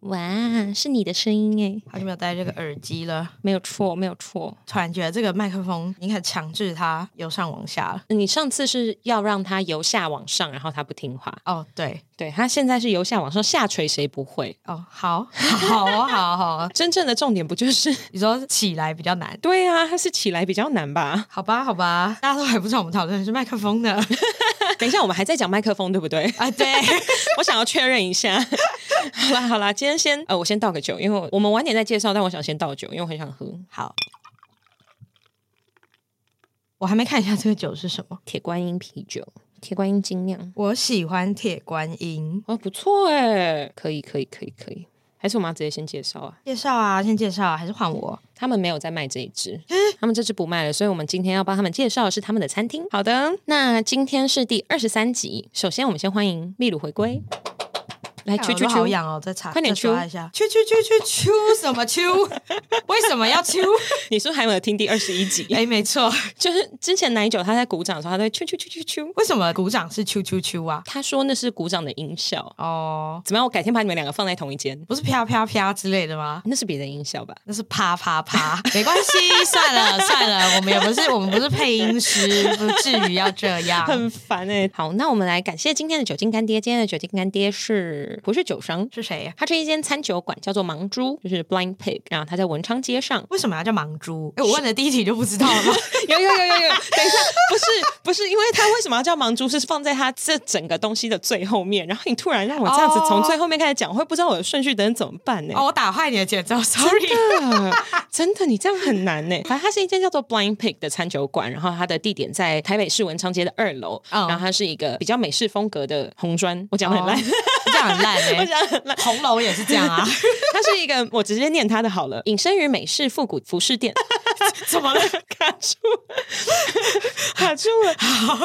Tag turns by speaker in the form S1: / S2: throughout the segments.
S1: 哇，是你的声音哎，
S2: 好久没有戴这个耳机了，
S1: 没有错，没有错。
S2: 突然觉得这个麦克风已经很强制它由上往下了。
S1: 你上次是要让它由下往上，然后它不听话，
S2: 哦，对，
S1: 对，它现在是由下往上，下垂谁不会？
S2: 哦，好， 好哦，好好，
S1: 真正的重点不就是？。
S2: 你说起来比较难
S1: 对啊，它是起来比较难吧？
S2: 好吧，好吧，大家都还不知道我们讨论的是麦克风呢。？
S1: 等一下，我们还在讲麦克风，对不对
S2: 啊，对，
S1: 我想要确认一下。好啦好啦，今天先呃，我先倒个酒，因为我我们晚点再介绍，但我想先倒酒，因为我很想喝
S2: 好，我还没看一下这个酒是什么。
S1: 铁观音啤酒，铁观音精酿。
S2: 我喜欢铁观音，
S1: 哦，不错哎，可以可以可以可以，还是我们要直接先介绍啊？
S2: 介绍啊，先介绍啊，还是换我？
S1: 他们没有在卖这一支，他们这支不卖了，所以我们今天要帮他们介绍的是他们的餐厅。好的，那今天是第二十三集，首先我们先欢迎秘鲁回归，来
S2: 哎
S1: 去
S2: 我
S1: 去
S2: 都好
S1: 去，
S2: 痒哦，再擦，
S1: 快点
S2: 再刷
S1: 啾
S2: 一下，啾啾啾啾啾什么啾？ 为什么要啾？
S1: 你是不是还没有听第二十一集？
S2: 哎，没错，
S1: 就是之前奶酒他在鼓掌的时候，他都会去去去去去，
S2: 为什么鼓掌是啾啾啾啊？
S1: 他说那是鼓掌的音效。
S2: 哦，
S1: 怎么样？我改天把你们两个放在同一间，
S2: 不是啪啪啪之类的吗？
S1: 那是别的音效吧？
S2: 那是啪啪啪， 没关系，算了算了，我们也不是我们不是配音师，不至于要这样。
S1: 很烦哎、好，那我们来感谢今天的酒精干爹。今天的酒精干爹是不是酒商？
S2: 是谁呀、
S1: 它是一间餐酒馆，叫做盲猪，就是 Blind Pig，然后它在文昌街上。
S2: 为什么要叫盲猪？哎，我问的第一题就不知道了吗？
S1: 有有有有有，等一下，不是不是，因为它为什么要叫盲猪？是放在它这整个东西的最后面，然后你突然让我这样子
S2: 哦
S1: 从最后面开始讲，我会不知道我的顺序，等人怎么办呢、
S2: 哦，我打坏你的节 奏，sorry。
S1: 啊真的，你 这样很难呢。反正它是一间叫做 Blind Pig 的餐酒馆，然后它的地点在台北市文昌街的二楼，
S2: 嗯
S1: 然后它是一个比较美式风格的红砖，我讲的很烂。
S2: 这样很烂
S1: 我
S2: 哎、
S1: 讲得很烂，
S2: 红楼也是这样 啊？
S1: 它是一个，我直接念它的好了。隐身于美式复古服饰店， 怎么了？卡住，卡住了。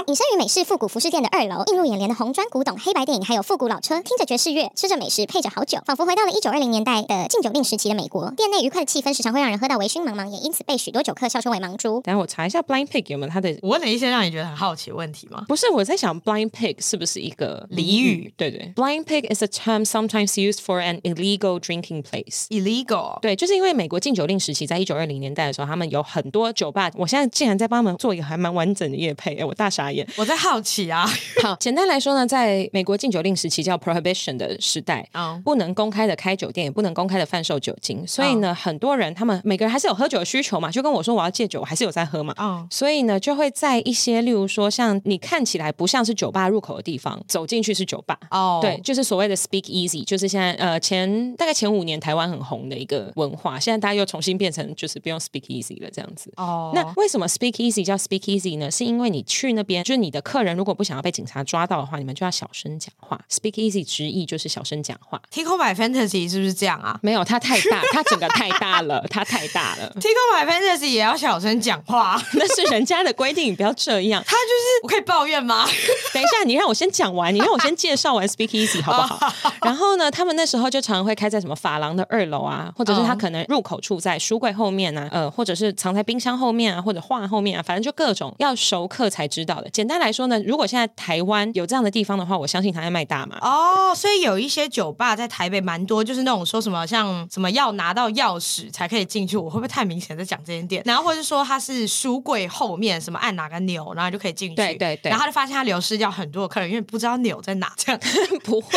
S3: 隐身于美式复古服饰店的二楼，映入眼帘的红砖古董、黑白电影，还有复古老车，听着爵士乐，吃着美食，配着好酒，仿佛回到了一九二零年代的禁酒令时期的美国。店内愉快的气氛时常会让人喝到微醺茫茫，也因此被许多酒客笑称为“盲猪”。
S1: 等一下我查一下 Blind Pig 有没有它的。
S2: 我问了一些让你觉得很好奇的问题吗？
S1: 不是，我在想 blind pig 是不是一个
S2: 俚语？
S1: 对对，blind pig is a term sometimes used for an illegal drinking place。
S2: illegal
S1: 对，就是因为美国禁酒令时期，在一九二零年代的时候，他们有很多酒吧。我现在竟然在帮他们做一个还蛮完整的夜配，哎，我大傻眼。
S2: 我在好奇啊。
S1: 好，简单来说呢，在美国禁酒令时期叫 prohibition 的时代。
S2: 嗯，
S1: 不能公开的开酒店，也不能公开的贩售酒精，所以
S2: 哦
S1: 呢，很多人他们每个人还是有喝酒的需求嘛，就跟我说我要戒酒，我还是有在喝嘛，
S2: 哦，
S1: 所以呢，就会在一些例如说像你看起来不像是酒吧入口的地方，走进去是酒吧，
S2: 哦，
S1: 对，，就是所谓的 speak easy，就是现在呃前大概前五年台湾很红的一个文化，现在大家又重新变成就是不用 speak easy 了这样子。
S2: 哦，
S1: 那为什么 speak easy 叫 speak easy 呢？是因为你去那边，就是你的客人如果不想要被警察抓到的话，你们就要小声讲话。speak easy 直译就是小声讲话。
S2: Tico My Fantasy 是不是这样啊
S1: 没有，它太大，它整个太大了，它太大了。
S2: ？Tico My Fantasy 也要小声讲话，啊
S1: 那是人家的规定，你不要这样。
S2: 他就是我可以抱怨吗？
S1: 等一下，你让我先讲完，你让我先介绍完 Speak Easy 好不 好？然后呢，他们那时候就常常会开在什么发廊的二楼啊，或者是他可能入口处在书柜后面啊，呃，或者是藏在冰箱后面啊，或者画后面啊，反正就各种要熟客才知道的。简单来说呢，如果现在台湾有这样的地方的话，我相信他在卖大麻。
S2: 哦，所以有一些酒吧在台北蛮多，就是那种说什么像什么要拿到钥匙才可以进去，我会不会太明显在讲这间店？然后或者说它是书柜后面什么按哪个钮，然后就可以进去。
S1: 对对对
S2: 然后他就发现他流失掉很多客人，因为不知道钮在哪，这样。
S1: 不会，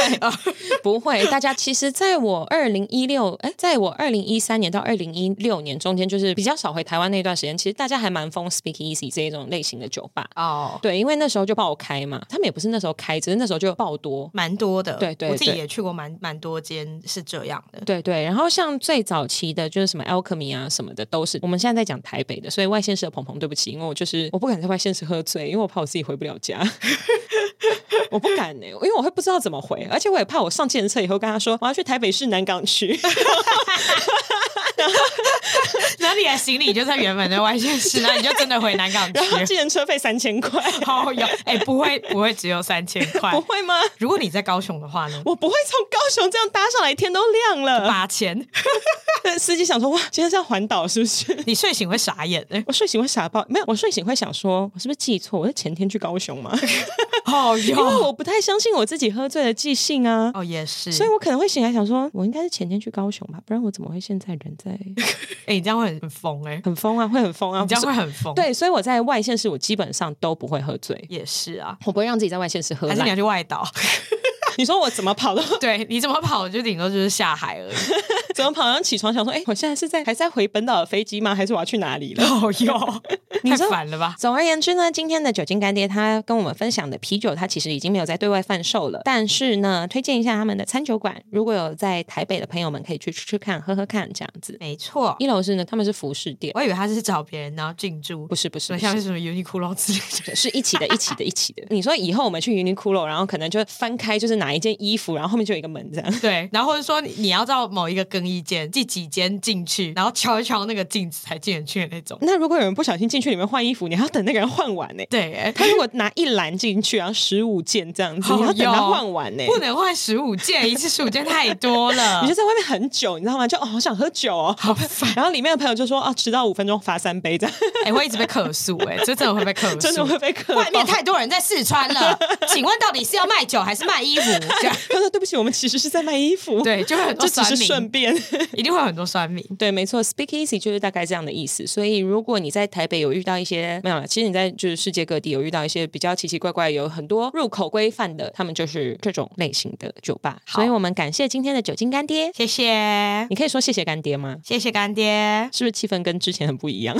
S1: 不会。大家其实，在我二零一六，哎，在我二零一三年到二零一六年中间，就是比较少回台湾那段时间，其实大家还蛮疯 Speak Easy 这一种类型的酒吧。
S2: 哦，
S1: 对，因为那时候就爆开嘛，他们也不是那时候开，只是那时候就爆多。
S2: 蛮多的。
S1: 对对
S2: 我自己
S1: 对
S2: 也去过蛮蛮多间是这样的。
S1: 对对，然后像最早期的就是什么 Alchemy 啊什么的，都是我们现在在讲台北的，所以外县市的鹏鹏，对不起，因为我就是我不敢在外县市喝醉，因为我怕我自己回不了家， 我不敢呢、因为我会不知道怎么回，而且我也怕我上计程车以后跟他说我要去台北市南港区，
S2: 然后你的行李就在原本的外县市，然后你就真的回南港
S1: 然后
S2: 区。
S1: 计程车费三千块，
S2: 好有哎、不会不会只有三千块
S1: 不。会吗？
S2: 如果你在高雄的话呢？
S1: 我不会从高雄这样搭上来，天都亮了。
S2: 八千，
S1: 司机想说，哇，今天是要环岛是不是？
S2: 你睡醒会傻眼哎、
S1: 我睡醒会傻爆，没有，我睡醒会想说，我是不是记错？我是前天去高雄 吗？
S2: 哦
S1: 因为
S2: 哟，
S1: 我不太相信我自己喝醉的记性啊。
S2: 哦也是，
S1: 所以我可能会醒来想说，我应该是前天去高雄吧，不然我怎么会现在人在
S2: 哎、你这样会很很疯哎、
S1: 很疯啊，会很 疯啊，
S2: 你这样
S1: 所
S2: 会很疯。，
S1: 对，所以我在外县市我基本上都不会喝醉，
S2: 也是啊，
S1: 我不会让自己在外县市喝
S2: 还是你要
S1: 烂。
S2: 去外岛？
S1: 你说我怎么跑到
S2: 对，你怎么跑就顶多就是下海而已。
S1: 怎么跑？然后起床想说，哎、我现在是在还在回本岛的飞机吗？还是我要去哪里了？
S2: 哦哟，
S1: 你
S2: 太
S1: 知道
S2: 烦了吧？
S1: 总而言之呢，今天的酒精干爹他跟我们分享的啤酒，他其实已经没有在对外贩售了。但是呢，推荐一下他们的餐酒馆，如果有在台北的朋友们可以去吃吃看、喝喝看这样子。
S2: 没错，
S1: 一楼是呢，他们是服饰店，
S2: 我以为他是找别人然后进驻，
S1: 不是不是
S2: 什么
S1: 不
S2: 像
S1: 是
S2: 是。什么 Uniqlo 之类的。
S1: 是一起的，一起的，一起的。你说以后我们去云林骷髅，然后可能就翻开就是哪一件衣服，然后后面就有一个门这样。
S2: 对，然后或者说你你要到某一个更衣间，第几间进去，然后敲一敲那个镜子才进得去的那种。
S1: 那如果有人不小心进去里面换衣服，你还要等那个人换完呢、
S2: 对，哎
S1: 他如果拿一篮进去，然后十五件这样子，你要等他换完呢、
S2: 不能换十五件，一次十五件太多了
S1: 你就。在外面很久，你知道吗？就哦，好想喝酒哦，好烦。然后里面的朋友就说啊，迟到五分钟罚三杯，这样
S2: 哎、会一直被客诉、哎，这真的会被客 诉，
S1: 真的会被克爆。
S2: 外面太多人在试穿 了，请问到底是要卖酒还是卖衣服？这样
S1: 他说对不起，我们其实是在卖衣服，
S2: 对，就会很多
S1: 这只
S2: 酸
S1: 是顺
S2: 民，
S1: 便。
S2: 一定会有很多酸民。
S1: 哦 对，没错，Speak Easy 就是大概这样的意思。所以如果你在台北有遇到一些没有了，其实你在就是世界各地有遇到一些比较奇奇怪怪、有很多入口规范的，他们就是这种类型的酒吧。所以我们感谢今天的酒精干爹，
S2: 谢谢，
S1: 你可以说谢谢干爹吗？
S2: 谢谢干爹。
S1: 是不是气氛跟之前很不一样？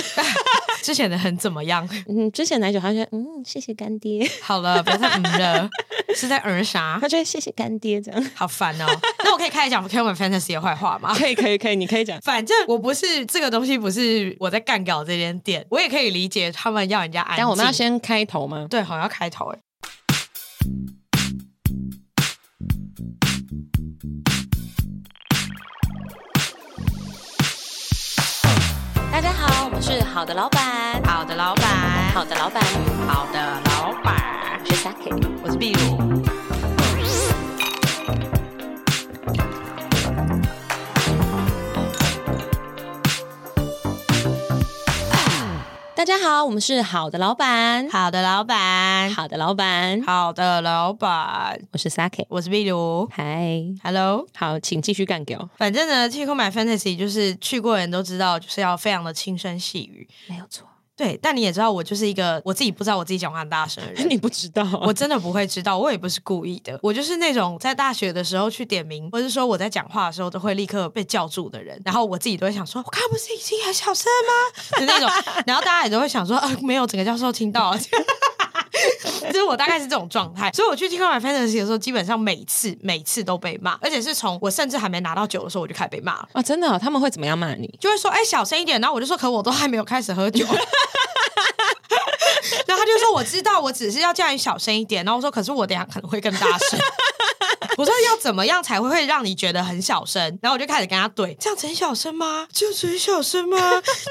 S2: 之前的很怎么样？
S1: 嗯，之前奶酒他说嗯谢谢干爹，
S2: 好了，别再嗯了，是在嗯啥
S1: 他？就会谢谢干爹这样。
S2: 好烦哦。那我可以开始讲 Kelvin Fantasy 的坏话吗？
S1: 可以可以可以，你可以讲。
S2: 反正我不是这个东西，不是我在干搞这间店，我也可以理解他们要人家安静。
S1: 但我们要先开头吗？
S2: 对，好像要开头哎。
S4: 大家好，我们是好的老板，
S2: 好的，老板，
S4: 好的老板，
S2: 好的，老板
S4: 我，是 Saki。
S2: 我是壁炉。
S1: 大家好，我们是好的老板，
S2: 好的，老板，
S1: 好的老板，
S2: 好的，老板，
S1: 我是 Saki，
S2: 我是壁炉。
S1: 嗨，
S2: Hello，
S1: 好，请继续干掉。
S2: 反正呢，去购买 Fantasy 就是去过的人都知道，就是要非常的轻声细语。
S1: 没有错，
S2: 对，但你也知道，我就是一个我自己不知道我自己讲话很大声 的人。
S1: 你不知道啊、
S2: 我真的不会知道，我也不是故意的，我就是那种在大学的时候去点名，或是说我在讲话的时候都会立刻被叫住的人，然后我自己都会想说，我刚刚不是已经很小声吗？的那种，然后大家也都会想说，呃，没有，整个教授听到了。 就是我大概是这种状态，所以我去听《Final Fantasy》的时候，基本上每次每次都被骂，而且是从我甚至还没拿到酒的时候，我就开始被骂了，
S1: 哦，真的哦、他们会怎么样骂你？
S2: 就会说：“哎、小声一点。”然后我就说：“可我都还没有开始喝酒。” 然后他就说：“我知道，我只是要叫你小声一点。”然后我说：“可是我等一下可能会更大声。”我说：“要怎么样才会会让你觉得很小声？”然后我就开始跟他怼：“这样子很小声吗？这样子很小声吗？”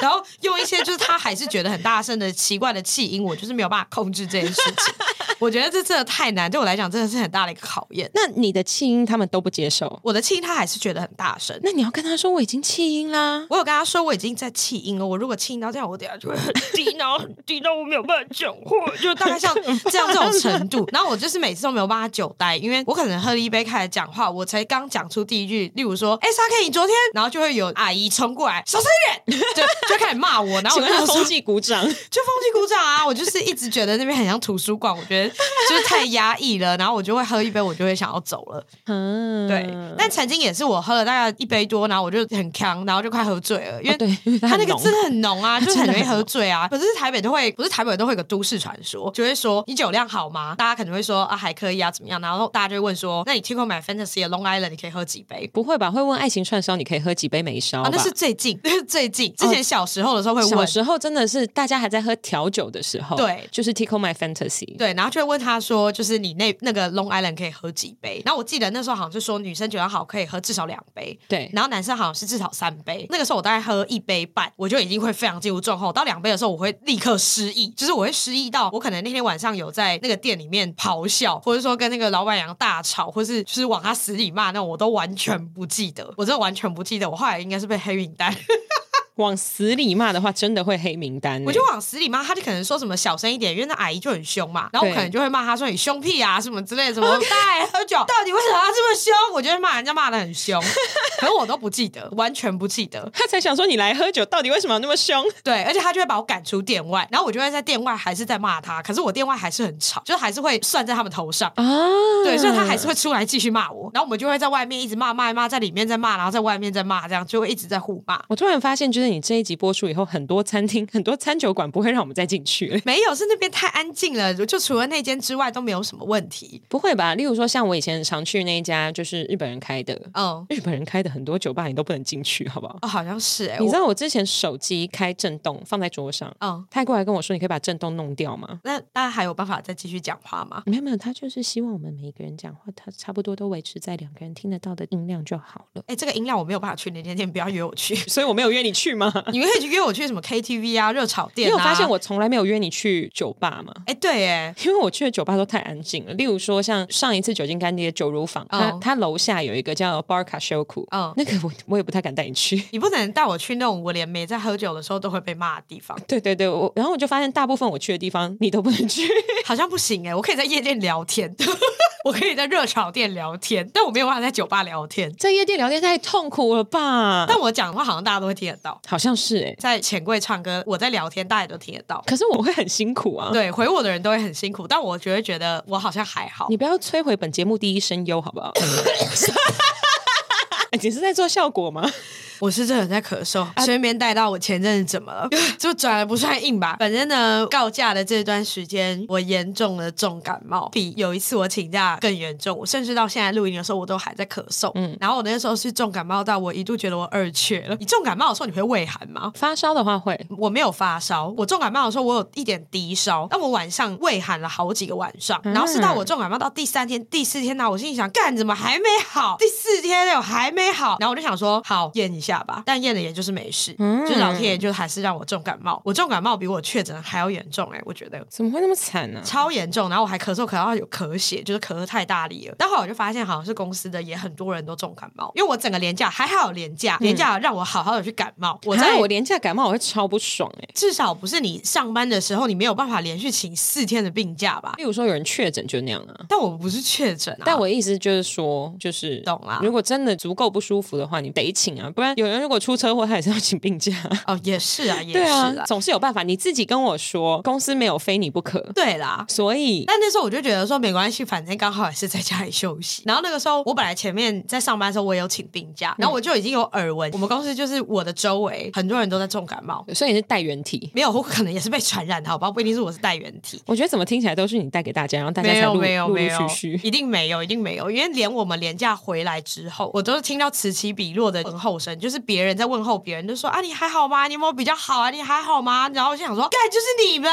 S2: 然后用一些就是他还是觉得很大声的奇怪的气音，我就是没有办法控制这件事情。我觉得这真的太难，对我来讲真的是很大的一个考验。
S1: 那你的弃婴他们都不接受，
S2: 我的气音他还是觉得很大声，
S1: 那你要跟他说我已经弃婴啦。
S2: 我有跟他说我已经在气音了，我如果气音到这样，我等下就会很低，然后很低到我没有办法讲话，就大概像这样这种程度。然后我就是每次都没有办法久待，因为我可能喝了一杯开始讲话，我才刚讲出第一句，例如说，哎、沙 K 你昨天，然后就会有阿姨冲过来，小声一点，就就开始骂我，然后
S1: 请
S2: 我
S1: 问
S2: 就
S1: 他
S2: 想说
S1: 风纪鼓 掌？
S2: 就风纪鼓掌啊！我就是一直觉得那边很像图书馆，我觉得就是太压抑了，然后我就会喝一杯，我就会想要走了。
S1: 嗯，
S2: 对，但曾经也是我喝了大概一杯多，然后我就很呛，然后就快喝醉了，因为、
S1: 哦对因为它
S2: 它那
S1: 很
S2: 个
S1: 浓
S2: 真的很浓 啊，就是很容易
S1: 真的很
S2: 喝醉啊。可是台北都会，不是台北都会有个都市传说，就会说你酒量好吗？大家可能会说啊还可以啊怎么样，然后大家就会问说，那你 Tico My Fantasy 的 Long Island，你可以喝几杯？
S1: 不会吧？会问爱情串烧，你可以喝几杯美烧吧？
S2: 啊，那是最近，那是最近。之前小时候的时候会
S1: 小
S2: 问，
S1: 时候哦真的是大家还在喝调酒的时候，
S2: 对
S1: 就是 Tickle My Fantasy，
S2: 对，然后就会问他说，就是你那那个 Long Island 可以喝几杯？然后我记得那时候好像就说女生觉得好可以喝至少两杯，
S1: 对
S2: 然后男生好像是至少三杯。那个时候我大概喝一杯半，我就已经会非常进入状况。我到两杯的时候，我会立刻失忆，就是我会失忆到我可能那天晚上有在那个店里面咆哮，或者说跟那个老板娘大吵，或是就是往他死里骂那种，我都完全不记得，我真的完全不记得。我后来应该是被黑名单。
S1: 往死里骂的话，真的会黑名单欸。
S2: 我就往死里骂，他就可能说什么小声一点，因为那阿姨就很凶嘛。然后我
S1: 对
S2: 可能就会骂他说你凶屁啊什么之类的，什么大爷喝酒，到底为什么要这么凶？我就会骂人家骂的很凶， 可是我都不记得，完全不记得。
S1: 他才想说你来喝酒，到底为什么要那么凶？
S2: 对，而且他就会把我赶出店外，然后我就会在店外还是在骂他，可是我店外还是很吵，就是还是会算在他们头上。
S1: 啊，
S2: 对，所以他还是会出来继续骂我，然后我们就会在外面一直骂骂骂，在里面在骂，然后在外面在骂，这样就会一直在互骂。
S1: 我突然发现，就是你这一集播出以后，很多餐厅、 很多餐酒馆不会让我们再进去了。
S2: 没有，是那边太安静了，就除了那间之外都没有什么问题。
S1: 不会吧？例如说，像我以前常去那一家，就是日本人开的，
S2: 嗯，
S1: 日本人开的很多酒吧你都不能进去，好不好？
S2: 哦，好像是哎、欸，
S1: 你知
S2: 道，
S1: 道我之前手机开震动放在桌上，
S2: 嗯，
S1: 他还过来跟我说，你可以把震动弄掉吗？
S2: 那大家还有办法再继续讲话吗？
S1: 没有没有，他就是希望我们每一个人讲话，他差不多都维持在两个人听得到的音量就好了。
S2: 哎、这个音量我没有办法去，那天店不要约我去。
S1: 所以我没有约你去吗？
S2: 你们可以去约我去什么 KTV 啊、热炒
S1: 你
S2: 店啊。
S1: 有发现我从来没有约你去酒吧吗？
S2: 哎、对哎，
S1: 因为我去的酒吧都太安静了，例如说像上一次酒精干爹酒如坊，他
S2: 嗯
S1: 他楼下有一个叫 Bar k a s h o k u
S2: 嗯
S1: 那个我 我也不太敢带你去。
S2: 你不能带我去那种我连没在喝酒的时候都会被骂的地方，
S1: 对对对，我然后我就发现大部分我去的地方你都不能去，
S2: 好像不行哎。我可以在夜店聊天， 我可以在热炒店聊天，但我没有办法在酒吧聊天。
S1: 在夜店聊天太痛苦了吧？
S2: 但我讲的话好像大家都会听得到，
S1: 好像是哎、
S2: 在钱柜唱歌，我在聊天，大家也都听得到。
S1: 可是我会很辛苦啊。
S2: 对，回我的人都会很辛苦，但我觉得觉得我好像还好。
S1: 你不要摧毁本节目第一声优好不 好？哎你是在做效果吗？
S2: 我是真的在咳嗽，顺便带到我前阵子怎么了，就转的不算硬吧。反正呢，告假的这段时间，我严重的重感冒，比有一次我请假更严重。我甚至到现在录音的时候，我都还在咳嗽。嗯，然后我那时候是重感冒到我一度觉得我二缺了。你重感冒的时候你会畏寒吗？
S1: 发烧的话会，
S2: 我没有发烧，我重感冒的时候我有一点低烧，但我晚上畏寒了好几个晚上，然后是到我重感冒到第三天、第四天呢、我心里想，干怎么还没好？第四天了，我还没好，然后我就想说，好验一下吧，但验了也就是没事，就是老天爷就还是让我重感冒，我重感冒比我确诊还要严重哎、我觉得。
S1: 怎么会那么惨啊呢、
S2: 超严重，然后我还咳嗽，咳到有咳血，就是咳得太大力了。但后来我就发现，好像是公司的也很多人都重感冒，因为我整个廉假还好有廉假，廉假让我好好的去感冒。我
S1: 我
S2: 在
S1: 在我廉价感冒我会超不爽哎、
S2: 至少不是你上班的时候，你没有办法连续请四天的病假吧？
S1: 例如说有人确诊就那样啊。
S2: 但我不是确诊啊，
S1: 但我意思就是说，就是
S2: 懂啦
S1: 如果真的足够不舒服的话，你得请啊，不然有人如果出车祸，他也是要请病假。
S2: 哦也是啊， 也
S1: 对啊
S2: 是啊，，
S1: 总是有办法。你自己跟我说，公司没有非你不可，
S2: 对啦。
S1: 所以
S2: 但那时候我就觉得说没关系，反正刚好也是在家里休息。然后那个时候我本来前面在上班的时候我也有请病假，
S1: 嗯
S2: 然后我就已经有耳闻，我们公司就是我的周围很多人都在重感冒，
S1: 所以你是带原体。
S2: 没有我可能也是被传染的，好吧？不一定是我是带源体。
S1: 我觉得怎么听起来都是你带给大家，然后大家
S2: 没
S1: 才
S2: 有
S1: 陆
S2: 没有
S1: 陆
S2: 没
S1: 陆
S2: 有
S1: 续，续。
S2: 一定没有，一定没有，因为连我们廉假回来之后，我都是听到此起彼落的问候声，就是别人在问候别人，就说啊你还好吗？你有没有比较好啊？你还好吗？然后我就想说，干就是 你们，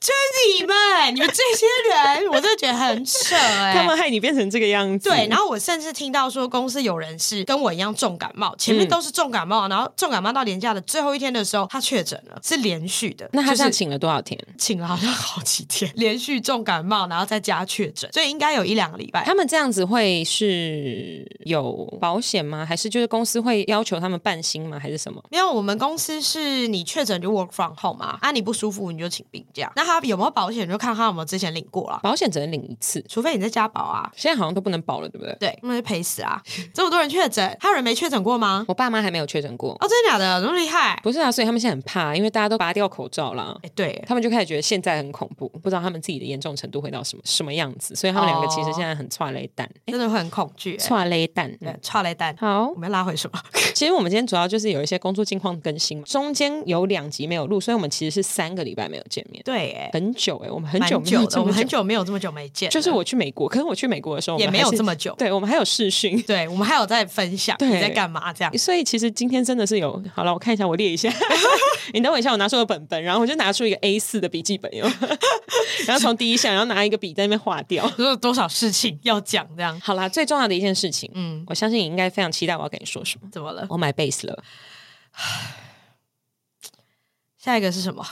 S2: 就是你们，你们这些人，我真的觉得很扯 哎、
S1: 他们害你变成这个样子，
S2: 对，然后我甚至听到说，公司有人是跟我一样重感冒，前面
S1: 嗯
S2: 都是重感冒，然后重感冒到年假的最后一天的时候，他确诊了，是连续的。
S1: 那他
S2: 就
S1: 这样
S2: 是
S1: 请了多少天？
S2: 请了好像好几天， 连续重感冒，然后再加确诊，所以应该有一两个礼拜。
S1: 他们这样子会是有保险吗？还是就是公司会要求他们半薪吗？还是什么？
S2: 因为我们公司是你确诊就 work from home 嘛，啊你不舒服你就请病假，那他有没有保险就看他有没有之前领过啦，
S1: 保险只能领一次，
S2: 除非你在家保啊，
S1: 现在好像都不能保了，对不对？
S2: 对，那就赔死啊！这么多人确诊，还有人没确诊过吗？
S1: 我爸妈还没有确诊过，
S2: 哦，真的假的？那么厉害？
S1: 不是啊，所以他们现在很怕，因为大家都拔掉口罩啦。
S2: 哎，对，
S1: 他们就开始觉得现在很恐怖，不知道他们自己的严重程度会到什么什么样子，所以他们两个其实现在很踹雷蛋，
S2: 哎真的会很恐惧、欸。
S1: 踹雷蛋。
S2: 哦
S1: 嗯
S2: 对，差了一单，
S1: 好
S2: 我，们要拉回什么？
S1: 其实我们今天主要就是有一些工作近况更新嘛，中间有两集没有录，所以我们其实是三个礼拜没有见面，
S2: 对，哎，
S1: 很久哎、我们很
S2: 蛮
S1: 久没有
S2: 的，
S1: 这
S2: 我
S1: 么
S2: 们很久没有这么久没见了，
S1: 就是我去美国，可是我去美国的时候我们
S2: 也没有
S1: 还是
S2: 这么久
S1: 对我们还有视讯，
S2: 对我们还有在分享
S1: 对
S2: 你在干嘛这样。
S1: 所以其实今天真的是有好了，我看一下，我列一下。 你等我一下，我拿出我本本，然后我就拿出一个 A 四的笔记本哟， 然后从第一项，然后拿一个笔在那边划掉。
S2: 有多少事情要讲这样？
S1: 好啦，最重要的一件事情，
S2: 嗯，
S1: 我相信你应该非常期待我要跟你说什么。
S2: 怎么了？
S1: 我买 base 了，
S2: 下一个是什么？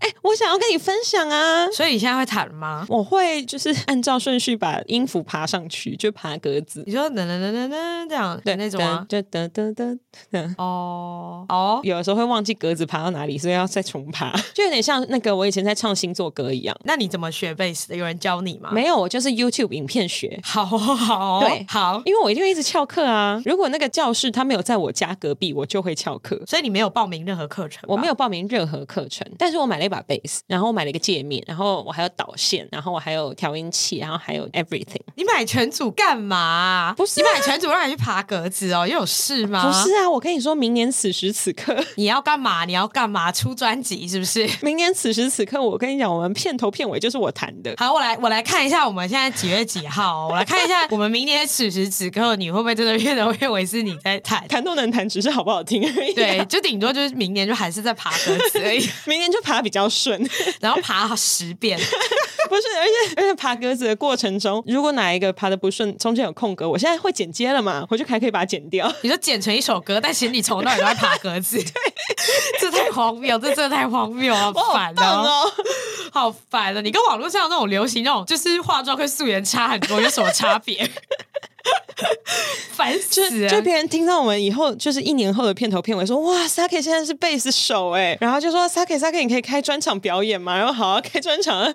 S1: 哎、我想要跟你分享啊。
S2: 所以你现在会弹吗？
S1: 我会就是按照顺序把音符爬上去，就爬格子，
S2: 你说噔噔噔噔噔这样
S1: 对
S2: 那种啊？
S1: 就噔噔噔噔，
S2: 哦哦，
S1: 有的时候会忘记格子爬到哪里，所以要再重爬， 就有点像那个我以前在唱星座歌一样。
S2: 那你怎么学贝斯的？有人教你吗？
S1: 没有，我就是 YouTube 影片学，
S2: 好哦好哦
S1: 对
S2: 好，
S1: 因为我一定会一直翘课啊。如果那个教室他没有在我家隔壁，我就会翘课。
S2: 所以你没有报名任何课程吧，
S1: 我没有报名任何课程，但是我买了一把贝斯，然后我买了一个界面，然后我还有导线，然后我还有调音器，然后还有 everything。
S2: 你买全组干嘛？
S1: 不是啊
S2: 你买全组让你去爬格子哦，又有事吗？
S1: 不是，啊，我跟你说明年此时此刻，
S2: 你要干嘛？你要干嘛？出专辑是不是？
S1: 明年此时此刻，我跟你讲，我们片头片尾就是我弹的。
S2: 好，我来我来看一下我们现在几月几号哦、我来看一下我们明年此时此刻你会不会真的变得认为是你在弹？
S1: 弹都能弹，只是好不好听而已、啊
S2: 对，，就顶多就是明年就还是在爬格子而已，
S1: 明年就爬比较顺， 不是？
S2: 然后爬十遍，
S1: 而且而且爬格子的过程中，如果哪一个爬的不顺，中间有空格，我现在会剪接了嘛，我就还可以把它剪掉。
S2: 你就剪成一首歌，但其实你从头到尾都在爬格子，这太荒谬，这真的太荒谬啊！
S1: 我
S2: 好
S1: 好
S2: 烦
S1: 棒
S2: 哦，
S1: 哦！
S2: 好烦哦！你跟网络上那种流行那种，就是化妆跟素颜差很多，有什么差别？ 烦死了！
S1: 就别人听到我们以后就是一年后的片头片尾说哇，Saki 现在是贝斯手哎，然后就说 Saki Saki 你可以开专场表演吗？然后好啊，开专场 啊，，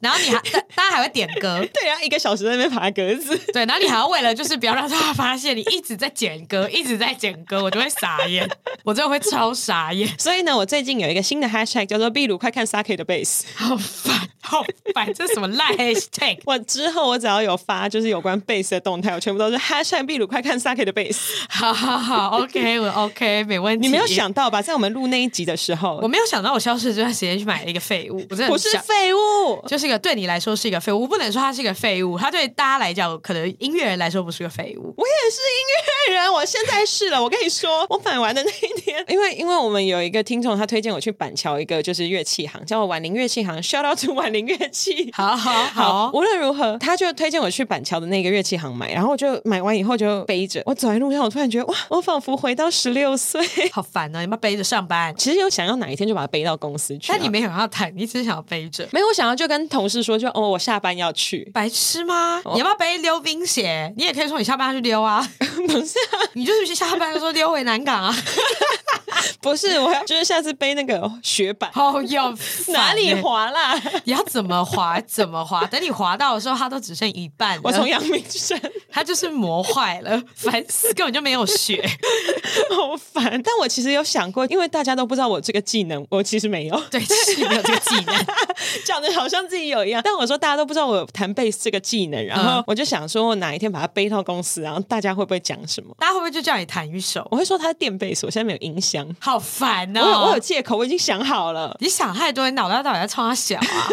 S2: 然后你还大大家还会点歌
S1: 对，啊然后一个小时在那边爬格子，
S2: 对，然后你还要为了就是不要让大家发现你一直在剪歌，一直在剪歌，我就会傻眼，我真的会超傻眼，
S1: 所以呢，我最近有一个新的 hashtag 叫做秘鲁快看 Saki 的贝斯，
S2: 好烦，好烦，这是什么烂 hashtag？
S1: 我之后我只要有发就是有关贝斯的动态，我全部都是 hashtag 秘鲁快看 Saki 的贝斯。
S2: 好好好，OK，我 OK，没问题。
S1: 你没有想到吧？在我们录那一集的时候，
S2: 我没有想到我消失的这段时间去买了一个废物，我真的
S1: 不
S2: 很
S1: 是
S2: 想
S1: 废物。
S2: 就是一个对你来说是一个废物，我不能说它是一个废物，它对大家来讲，可能音乐人来说不是个废物。
S1: 我也是音乐人，我现在是了。我跟你说，我买完的那一天， 因为因为我们有一个听众，他推荐我去板桥一个就是乐器行，叫我婉玲乐器行，shout out to 婉玲乐器。
S2: 好好好，
S1: 无论如何，他就推荐我去板桥的那个乐器行买，然后我就买完以后就背着，我走在路上，我突然觉得哇，我仿佛回到十六岁。
S2: 好烦哦，你们背着上班，
S1: 其实有想要哪一天就把它背到公司去啊、
S2: 但你没想要弹，你只是想要背着。
S1: 没有，我想要就跟同事说，就哦，我下班要 去，
S2: 白痴吗？你要不要背溜冰鞋？你也可以说你下班要去溜啊，
S1: 不是啊、
S2: 你就是去下班就说溜回南港啊，
S1: 不是，我要就是下次背那个雪板，
S2: 好有欸
S1: 哪里？滑啦？
S2: 你要怎么滑怎么滑，等你滑到的时候，它都只剩一半了。
S1: 我从阳明山。
S2: 它就是磨坏了，烦死，根本就没有学。
S1: 好烦。但我其实有想过，因为大家都不知道我这个技能，我其实没有
S2: 对，就是没有这个技能。
S1: 讲的好像自己有一样。但我说大家都不知道我有弹贝斯这个技能，然后
S2: 嗯
S1: 我就想说，我哪一天把它背到公司，然后大家会不会讲什么？
S2: 大家会不会就叫你弹一首？
S1: 我会说它是电贝斯，我现在没有音箱。
S2: 好烦
S1: 我有
S2: 哦！
S1: 我有借口，我已经想好了。
S2: 你想太多，你脑袋到底在冲他小啊？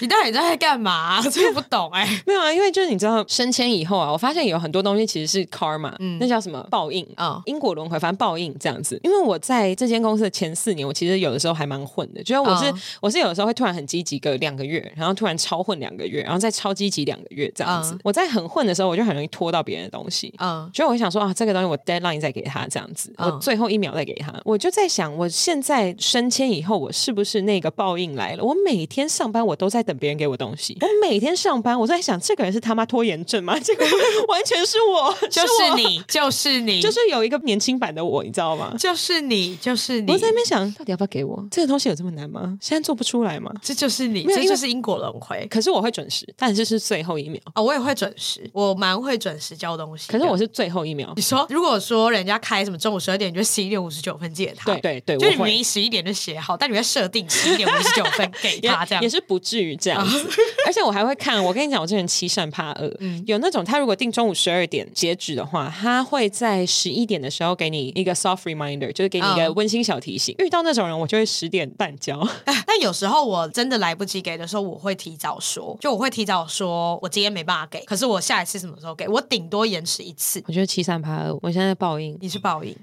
S2: 你到底在干嘛、 我真的不懂哎、
S1: 没有啊，因为就是你知道升迁以后啊，我发现有很多东西其实是 karma，、那叫什么报应啊
S2: 嗯，
S1: 因果轮回，反正报应这样子。因为我在这间公司的前四年，我其实有的时候还蛮混的，就是我是、
S2: 嗯
S1: 我是有的时候会突然很积极个两个月，然后突然超混两个月，然后再超积极两个月这样子。
S2: 嗯
S1: 我在很混的时候，我就很容易拖到别人的东西。
S2: 嗯，
S1: 所以我想说啊，这个东西我 deadline 再给他这样子，
S2: 嗯
S1: 我最后一秒再给他。我就在想，我现在升迁以后，我是不是那个报应来了？我每天上班我都在等别人给我东西，我每天上班我都在想，这个人是他妈拖延症 吗？结果完全是我，
S2: 就是
S1: 我
S2: 是，你，就是你，
S1: 就是有一个年轻版的我，你知道吗？
S2: 就是你，就是你
S1: 我，在那边想，到底要不要给我这个东西有这么难吗？现在做不出来吗？
S2: 这就是你，
S1: 没有
S2: 这
S1: 因为
S2: 就是因果轮回
S1: 可是我会准时，但是是最后一秒。
S2: 啊、我也会准时，我蛮会准时交东西的。
S1: 可是我是最后一秒
S2: 你，说，如果说人家开什么中午十二点，你就十一点五十九分借他，
S1: 对对对，
S2: 就
S1: 我
S2: 你明
S1: 会
S2: 明十一点就写好，但你会设定十一点五十九分给
S1: 也
S2: 他，这样啊
S1: 也是不至于这样子。 而且我还会看，我跟你讲，我这人欺善怕恶，呃
S2: 嗯
S1: 有那种他如果定中午十二点截止的话，他会在十一点的时候给你一个 soft reminder，就是给你一个
S2: 嗯
S1: 温馨小提醒。遇到那种人，我就会十点半交。
S2: 但有时候我真的来不及给的时候，我会提早说，就我会提早说，我今天没办法给，可是我下一次什么时候给，我顶多延迟一次。
S1: 我觉得欺善怕恶，我现在报应。
S2: 你是报应，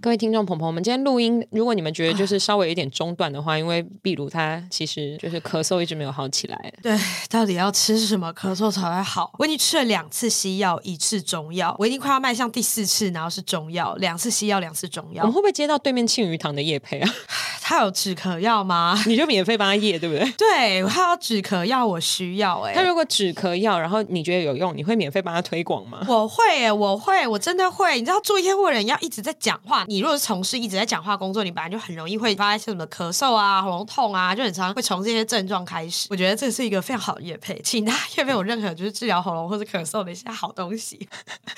S1: 各位听众朋友，我们今天录音，如果你们觉得就是稍微有一点中断的话，因为壁炉它其实就是咳嗽一直没有好起来。
S2: 对，到底要吃什么咳嗽才会好？我已经吃了两次西药，一次中药，我已经快要迈向第四次，然后是中药，两次西药，两次中
S1: 我们
S2: 药。
S1: 会不会接到对面庆余堂的叶配啊？
S2: 他有止咳药吗？
S1: 你就免费帮他叶，对不对？
S2: 对，他有止咳药，我需要哎、
S1: 他如果止咳药，然后你觉得有用，你会免费帮他推广吗？
S2: 我会耶、我会，我真的会。你知道做业务的人要一直在讲话，你如果是从事一直在讲话工作，你本来就很容易会发生什么咳嗽啊、喉咙痛啊，就很常会从这些症状开始。我觉得这是一个非常好的业配，请大家业配有任何就是治疗喉咙或者咳嗽的一些好东西。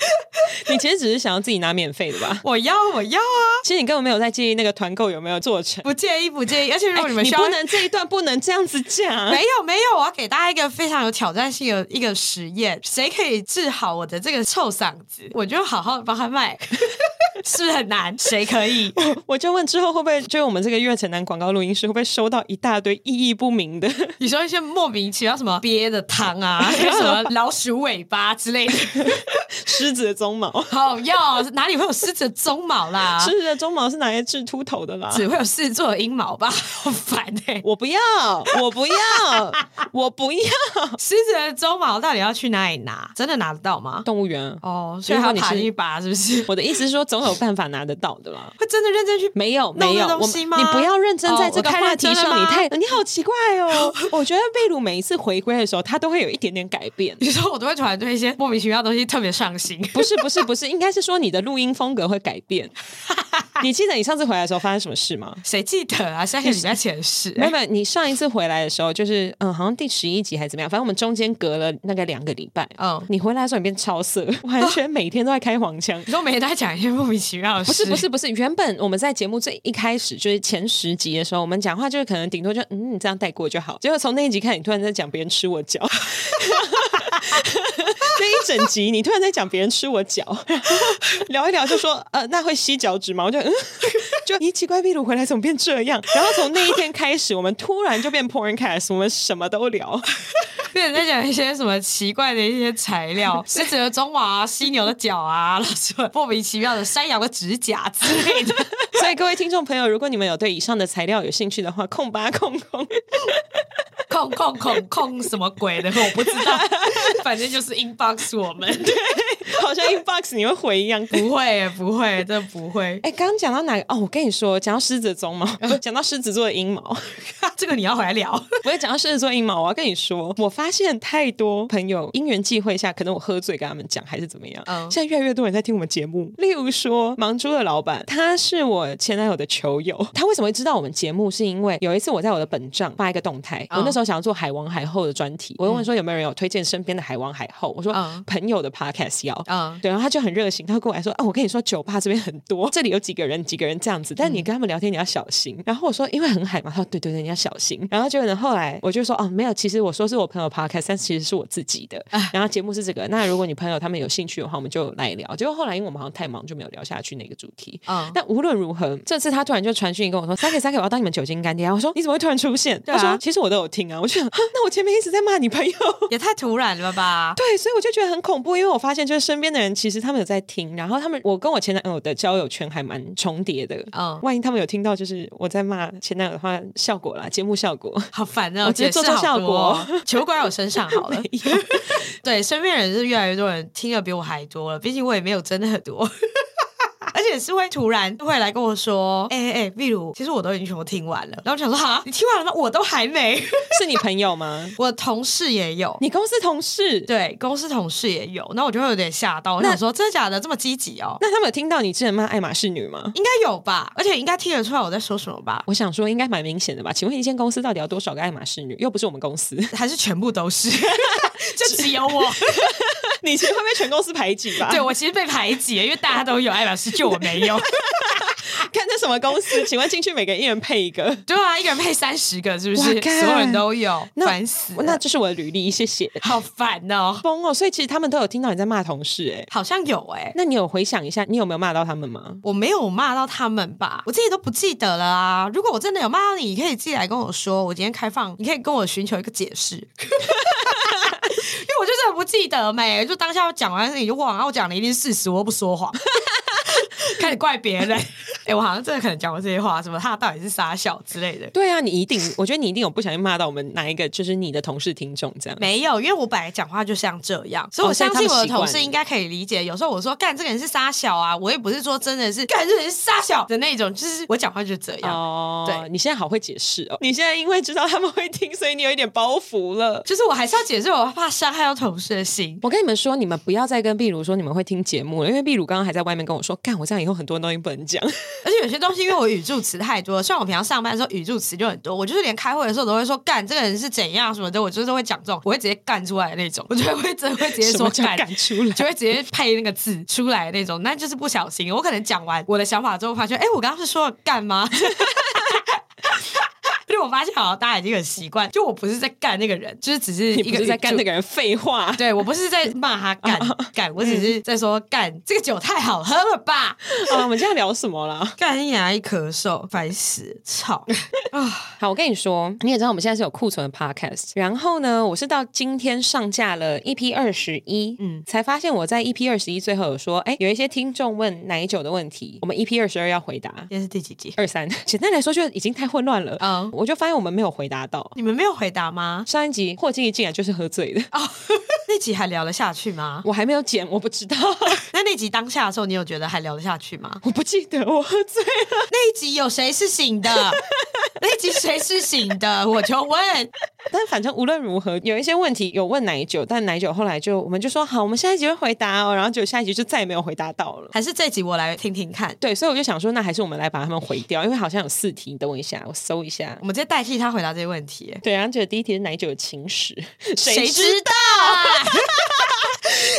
S1: 你其实只是想要自己拿免费的吧？
S2: 我要，我要啊！
S1: 其实你根本没有在介意那个团购有没有做成。
S2: 不介意，不介 意。而且如果你们
S1: 哎
S2: 需要
S1: 不能这一段不能这样子讲
S2: 没。有没有，我要给大家一个非常有挑战性的一个实验，谁可以治好我的这个臭嗓子，我就好好地帮他卖， 是不是很难？谁可 以？
S1: 我就问之后会不会，就是我们这个月城南广告录音室会不会收到一大堆意义不明的？
S2: 你说一些莫名其妙什么憋的汤 啊，什么老鼠尾巴之类的，
S1: 狮子的鬃毛，
S2: 好要啊哪里会有狮子的鬃毛啦？
S1: 狮子的鬃毛是拿来治秃头的啦。
S2: 只会有狮子座的阴毛吧？ 好烦哎、
S1: 我不要，我不 要，我不要。
S2: 狮子的鬃毛到底要去哪里拿？真的拿得到吗？
S1: 动物园，
S2: 哦，所以他
S1: 如果你
S2: 爬
S1: 是
S2: 进去拔是不是？
S1: 我的意思是说，总有办法拿得到的啦。
S2: 会真的认真去
S1: 没有，
S2: 弄
S1: 没有，
S2: 这
S1: 我
S2: 东西吗
S1: 你不要认真在
S2: 哦
S1: 这个
S2: 我太
S1: 话
S2: 认
S1: 题
S2: 真了
S1: 上，你
S2: 吗
S1: 太你好奇怪 哦。我觉得贝鲁每一次回归的时候，他都会有一点点改变。
S2: 你说我都会突然对一些莫名其妙的东西特别上心。
S1: 不是，不是，不是，应该是说你的录音风格会改变。你记得你上次回来的时候发生什么事吗？
S2: 谁记得啊？三个礼拜前的事、
S1: 没有没有，你上一次回来的时候，就是嗯，好像第十一集还是怎么样，反正我们中间隔了那个两个礼拜。
S2: 嗯，
S1: 你回来的时候，你变超色，完全每天都在开黄腔。
S2: 你说每天都在讲一些莫名其妙的
S1: 不
S2: 事，
S1: 是不是不是，原本我们在节目最一开始就是前十集的时候，我们讲话就是可能顶多就嗯你这样带过就好。结果从那一集开始，你突然在讲别人吃我脚，那一整集你突然在讲别人吃我脚，聊一聊就说呃那会吸脚趾吗？我就嗯， 就咦奇怪，秘鲁回来怎么变这样？然后从那一天开始，我们突然就变 porncast，我们什么都聊。
S2: 对，在讲一些什么奇怪的一些材 料，狮子的鬃毛啊、犀牛的角啊，然后什么莫名其妙的山羊的指甲之类的。
S1: 所以各位听众朋友，如果你们有对以上的材料有兴趣的话，空吧空空。
S2: 控控控控什么鬼的，我不知 道，反正就是 inbox 我们。
S1: 好像 inbox 你会回一样，
S2: 不会，不会，真的不会。
S1: 哎，刚刚讲到哪个？哦，我跟你说，讲到狮子的鬃 毛，不是讲到狮子座的阴毛，
S2: 哎这个你要回来聊。
S1: 不是讲到狮子座的阴毛。我要跟你说，我发现太多朋友因缘际会下，可能我喝醉跟他们讲，还是怎么样。
S2: 嗯
S1: 现在越来越多人在听我们节目。例如说，盲猪的老板，他是我前男友的球友。他为什么会知道我们节目？是因为有一次我在我的本账发一个动态，
S2: 嗯
S1: 我那时候想要做海王海后的专题，我就问说有没有人有推荐身边的海王海后？我说
S2: 嗯
S1: 朋友的 podcast 要，
S2: 嗯，
S1: 对，然后他就很热情，他过来说：“啊，我跟你说，酒吧这边很多，这里有几个人，几个人这样子，
S2: 嗯
S1: 但你跟他们聊天你要小心。然后我说：“因为很海嘛。”他说：“对对对，你要小心。”然后就呢，后来我就说：“哦，没有，其实我说是我朋友 podcast，但其实是我自己的。
S2: 啊
S1: 然后节目是这个，那如果你朋友他们有兴趣的话，我们就来聊。”结果后来因为我们好像太忙，就没有聊下去那个主题。
S2: 嗯
S1: 但无论如何，这次他突然就传讯跟我说：“三 K 三 K，我要当你们酒精干爹。”我说：“你怎么会突然出现？”
S2: 对啊
S1: 他说：“其实我都有听啊。”我就想，哈那我前面一直在骂你朋友。
S2: 也太突然了吧？
S1: 对，所以我就觉得很恐怖，因为我发现就是身边的人其实他们有在听，然后他们我跟我前男友的交友圈还蛮重叠的。
S2: 嗯
S1: 万一他们有听到就是我在骂前男友的话，效果啦，节目效果。
S2: 好烦哦！
S1: 我直接做做效果
S2: 解释好多 哦，球怪在我身上好了。对，身边人是越来越多人听的比我还多了，毕竟我也没有真的很多。 而且是会突然会来跟我说，哎哎哎，例如，其实我都已经全部听完了。然后我想说，哈，你听完了吗？我都还没。
S1: 是你朋友吗？
S2: 我同事也有，
S1: 你公司同事？
S2: 对，公司同事也有。那我就会有点吓到，我
S1: 那
S2: 想说，真的假的这么积极哦？
S1: 那他们有听到你之前骂爱马仕女吗？
S2: 应该有吧？而且应该听得出来我在说什么吧？
S1: 我想说应该蛮明显的吧？请问一间公司到底要多少个爱马仕女？又不是我们公 司，
S2: 还是全部都是， 就只有 我。
S1: 你其实会被全公司排挤吧？
S2: 对我其实被排挤，因为大家都有爱马仕，就我没有。
S1: 看这什么公司？请问进去每个一人配一个？
S2: 对啊，一个人配三十个，是不
S1: 哇
S2: 是？
S1: 干
S2: 所有人都有，
S1: 那
S2: 烦死 了
S1: 那这是我的履历，谢谢。
S2: 好烦哦。
S1: 疯哦！所以其实他们都有听到你在骂同事、哎，
S2: 好像有哎、
S1: 那你有回想一下，你有没有骂到他们吗？
S2: 我没有骂到他们吧，我自己都不记得了啊。如果我真的有骂到你，你可以自己来跟我说。我今天开放，你可以跟我寻求一个解释。 因为我就真的不记得没，就当下我讲完事情就忘了，然后我讲的一定是事实，我又不说谎， 开始怪别人。哎、 我好像真的可能讲过这些话，什么他到底是傻笑之类的。
S1: 对啊，你一 定，我觉得你一定有不小心骂到我们哪一个，就是你的同事听众这样。
S2: 没有，因为我本来讲话就像这样，所以
S1: 哦
S2: 我
S1: 所以
S2: 相
S1: 他
S2: 信
S1: 们
S2: 我的
S1: 习惯
S2: 同事
S1: 了
S2: 应该可以理解。有时候我说干这个人是傻小啊，我也不是说真的是干这个人是傻小的那种，就是我讲话就是这样。
S1: 哦，
S2: 对
S1: 你现在好会解释哦！你现在因为知道他们会听，所以你有一点包袱了。
S2: 就是我还是要解释，我怕伤害到同事的心。
S1: 我跟你们说，你们不要再跟壁如说你们会听节目了，因为壁如刚刚还在外面跟我说，干我这样以后很多东西不能讲。
S2: 而且有些东西，因为我语助词太多了，像我平常上班的时候语助词就很多，我就是连开会的时候都会说干这个人是怎样什么的，我就是会讲这种，我会直接干出来的那种，我就会真的会直接
S1: 什
S2: 说
S1: 么叫
S2: 干。
S1: 干出来？
S2: 就会直接配那个字出来的那种，那就是不小心。我可能讲完我的想法之后，发现，哎、我刚刚是说干吗？ 因为我发现好像大家已经很习惯，就我不是在干那个人，就是只是
S1: 你不
S2: 一个
S1: 是在干那
S2: 个。哦
S1: 个人废话？
S2: 对我不是在骂 他干干，我只是在说干这个酒太好喝了吧，
S1: 啊，我们今天聊什么啦？
S2: 干牙一咳嗽，烦死， 操！
S1: 好，我跟你说，你也知道我们现在是有库存的 podcast。然后呢，我是到今天上架了 EP 二十一，嗯
S2: 嗯，
S1: 才发现我在 EP 二十一最后有说，哎，有一些听众问奶酒的问题，我们 EP 二十二要回答。
S2: 今天是第几集？
S1: 二三， 简单来说就已经太混乱了。
S2: 嗯
S1: 我就发现我们没有回答到
S2: 你们没有回答吗？
S1: 上一集霍金一进来就是喝醉的，
S2: 那集还聊得下去吗？
S1: 我还没有剪，我不知道，
S2: 那那集当下的时候，你有觉得还聊得下去吗？
S1: 我不记得我喝醉了。
S2: 那一集有谁是 醒的？那一集谁是醒的？我就问，
S1: 但反正无论如何，有一些问题有问奶酒，但奶酒后来就我们就说好，我们下一集会回答哦，然后就下一集就再也没有回答到了。
S2: 还是这集我来听听看。
S1: 对，所以我就想说，那还是我们来把他们回掉，因为好像有四题。等我一下，我搜一下
S2: 我。们直接代替他回答这些问题。
S1: 对，然后觉得第一题是奶酒的情史，
S2: 谁知道啊？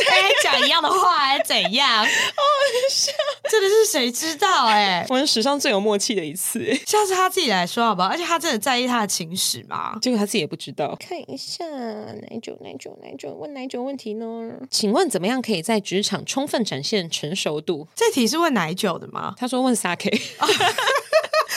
S2: 哎，讲一样的话还怎样？真的是谁知道哎、
S1: 我们史上最有默契的一次。 欸
S2: 下次他自己来说好不好？而且他真的在意他的情史吗？
S1: 结果他自己也不知道。看一下奶酒，奶酒，奶酒，问奶酒问题呢？请问怎么样可以在职场充分展现成熟度？
S2: 这题是问奶酒的吗？
S1: 他说问 Sake。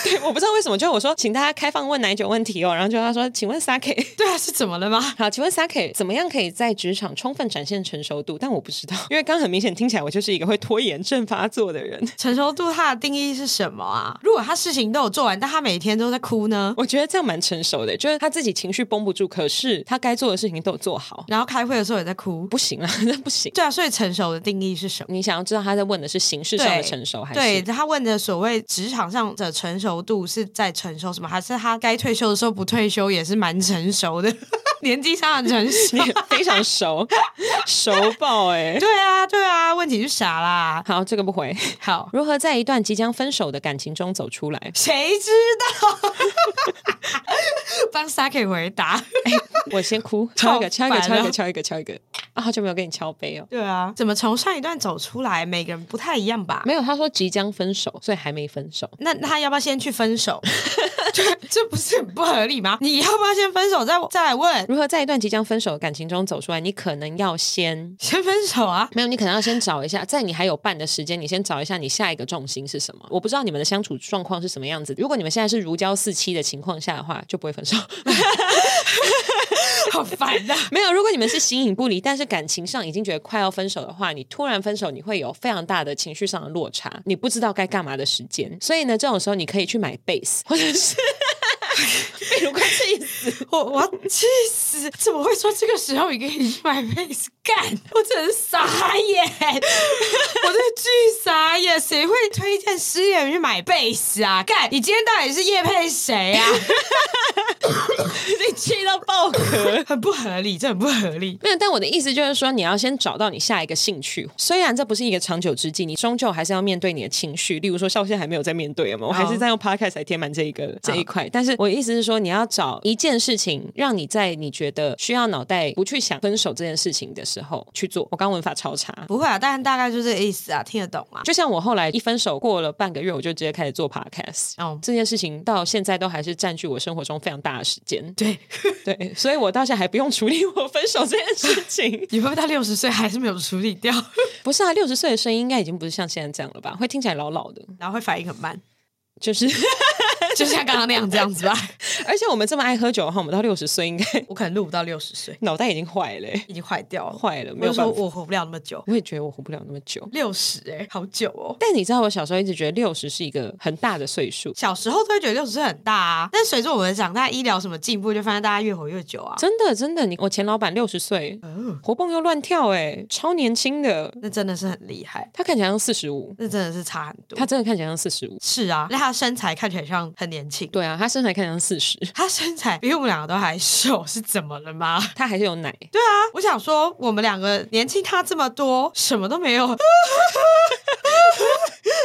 S1: 对，我不知道为什么，就我说请大家开放问奶酒问题哦，然后就他说，请问 Sake，
S2: 对啊，是怎么了吗？
S1: 好，请问 Sake 怎么样可以在职场充分展现成熟度？但我不知道，因为刚很明显听起来我就是一个会拖延症发作的人。
S2: 成熟度它的定义是什么啊？如果他事情都有做完，但他每天都在哭呢？
S1: 我觉得这样蛮成熟的，就是他自己情绪绷不住，可是他该做的事情都有做好，
S2: 然后开会的时候也在哭。
S1: 不行啊，那不行。
S2: 对啊，所以成熟的定义是什么？
S1: 你想要知道他在问的是形式上的成熟，还是
S2: 对他问的所谓职场上的成熟度是在成熟什么？还是他该退休的时候不退休也是蛮成熟的， 年纪上的成 熟
S1: 你。非常熟，熟爆哎、
S2: 对啊，对啊，问题是啥啦？
S1: 好，这个不回。
S2: 好，
S1: 如何在一段即将分手的感情中走出 来？
S2: 谁知道？ 帮 Saki 回答。
S1: 我先哭，敲一个，敲一个，
S2: 好烦
S1: 敲
S2: 哦
S1: 一个，敲一个，敲一个。啊，好久没有跟你敲杯哦。
S2: 对啊，怎么从上一段走出来？每个人不太一样吧？
S1: 没有，他说即将分手，所以还没分手。
S2: 那那他要不要先去分手？ 这这不是很不合理吗？你要不要先分手再再来问？
S1: 如何在一段即将分手的感情中走出来？你可能要先。
S2: 先分手啊！
S1: 没有，你可能要先找一下，在你还有伴的时间，你先找一下你下一个重心是什么。我不知道你们的相处状况是什么样子。如果你们现在是如胶似漆的情况下的话，就不会分手。
S2: 好烦啊！
S1: 没有，如果你们是形影不离，但是感情上已经觉得快要分手的话，你突然分手，你会有非常大的情绪上的落差，你不知道该干嘛的时间。所以呢，这种时候你可以去买 base，或者是 比如快气死，
S2: 我我要气死！怎么会说这个时候你跟你去买妹子干？我真的是傻眼，我真的巨傻眼！谁会推荐失恋人去买贝斯啊？干，你今天到底是夜配谁啊？
S1: 你气到爆壳。
S2: 很不合理，这很不合理。
S1: 没有，但我的意思就是说，你要先找到你下一个兴趣。虽然这不是一个长久之计，你终究还是要面对你的情绪。例如说，像我现在还没有在面对嘛，我还是在用 podcast 来填满这一个这一块。但是我我意思是说，你要找一件事情，让你在你觉得需要脑袋不去想分手这件事情的时候去做。我刚文法超差。
S2: 不会啊，但大概就这个意思啊，听得懂啊。
S1: 就像我后来一分手过了半个月，我就直接开始做 podcast，、
S2: 哦
S1: 这件事情到现在都还是占据我生活中非常大的时间。
S2: 对，。
S1: 对，所以我到现在还不用处理我分手这件事情
S2: 你会不会到六十岁还是没有处理掉，
S1: 不是啊，六十岁的声音应该已经不是像现在这样了吧？会听起来老老的，
S2: 然后会反应很慢，
S1: 就是，
S2: 就像刚刚那样这样子吧？
S1: 而且我们这么爱喝酒的话，我们到六十岁应该
S2: 我可能录不到六十岁，
S1: 脑袋已经坏了欸、
S2: 已经坏掉了，
S1: 坏了，没
S2: 我
S1: 有
S2: 就说
S1: 办法。
S2: 我活不了那么久，
S1: 我也觉得我活不了那么久。
S2: 六十哎，好久哦。
S1: 但你知道，我小时候一直觉得六十是一个很大的岁数，
S2: 小时候都会觉得六十岁很大啊，但随着我们长大，医疗什么进步，就发现大家越活越久啊。
S1: 真的真的。你我前老板六十岁，
S2: 嗯
S1: 活蹦又乱跳、哎，超年轻的。
S2: 那真的是很厉害，
S1: 他看起来像四十五，
S2: 那真的是差很多。
S1: 他真的看起来像四十五。
S2: 是啊，那他身材看起来像很年轻，
S1: 对啊，他身材看起来像四十，
S2: 他身材比我们两个都还瘦，是怎么了吗？ 啊，
S1: 他还是有奶。
S2: 我想说，我们两个年轻差这么多，什么都没有，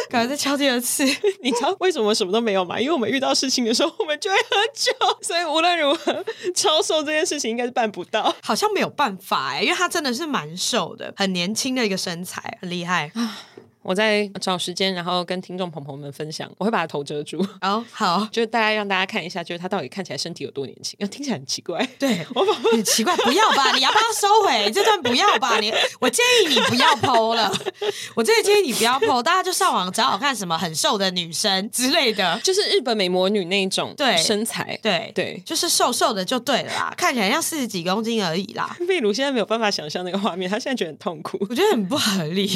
S2: 感觉在敲第二次。
S1: 你知道为什么什么都没有吗？因为我们遇到事情的时候，我们就会喝酒，所以无论如何超瘦这件事情应该是办不到。
S2: 好像没有办法哎、因为他真的是蛮瘦的，很年轻的一个身材，很厉害。
S1: 啊我在找时间，然后跟听众朋友们分享，我会把他头遮住，
S2: 然后哦好，
S1: 就大概让大家看一下，就是他到底看起来身体有多年轻。听起来很奇怪，
S2: 对，
S1: 我把
S2: 很奇怪，不要吧？你要不要收回这段？不要吧？你，我建议你不要剖了。我真的建议你不要剖，大家就上网找找看什么很瘦的女生之类的。
S1: 就是日本美魔女那一种
S2: 对
S1: 身材，
S2: 对
S1: 对。
S2: 就是瘦瘦的就对了啦，看起来像四十几公斤而已啦。
S1: 秘鲁现在没有办法想象那个画面，他现在觉得很痛苦。
S2: 我觉得很不合理，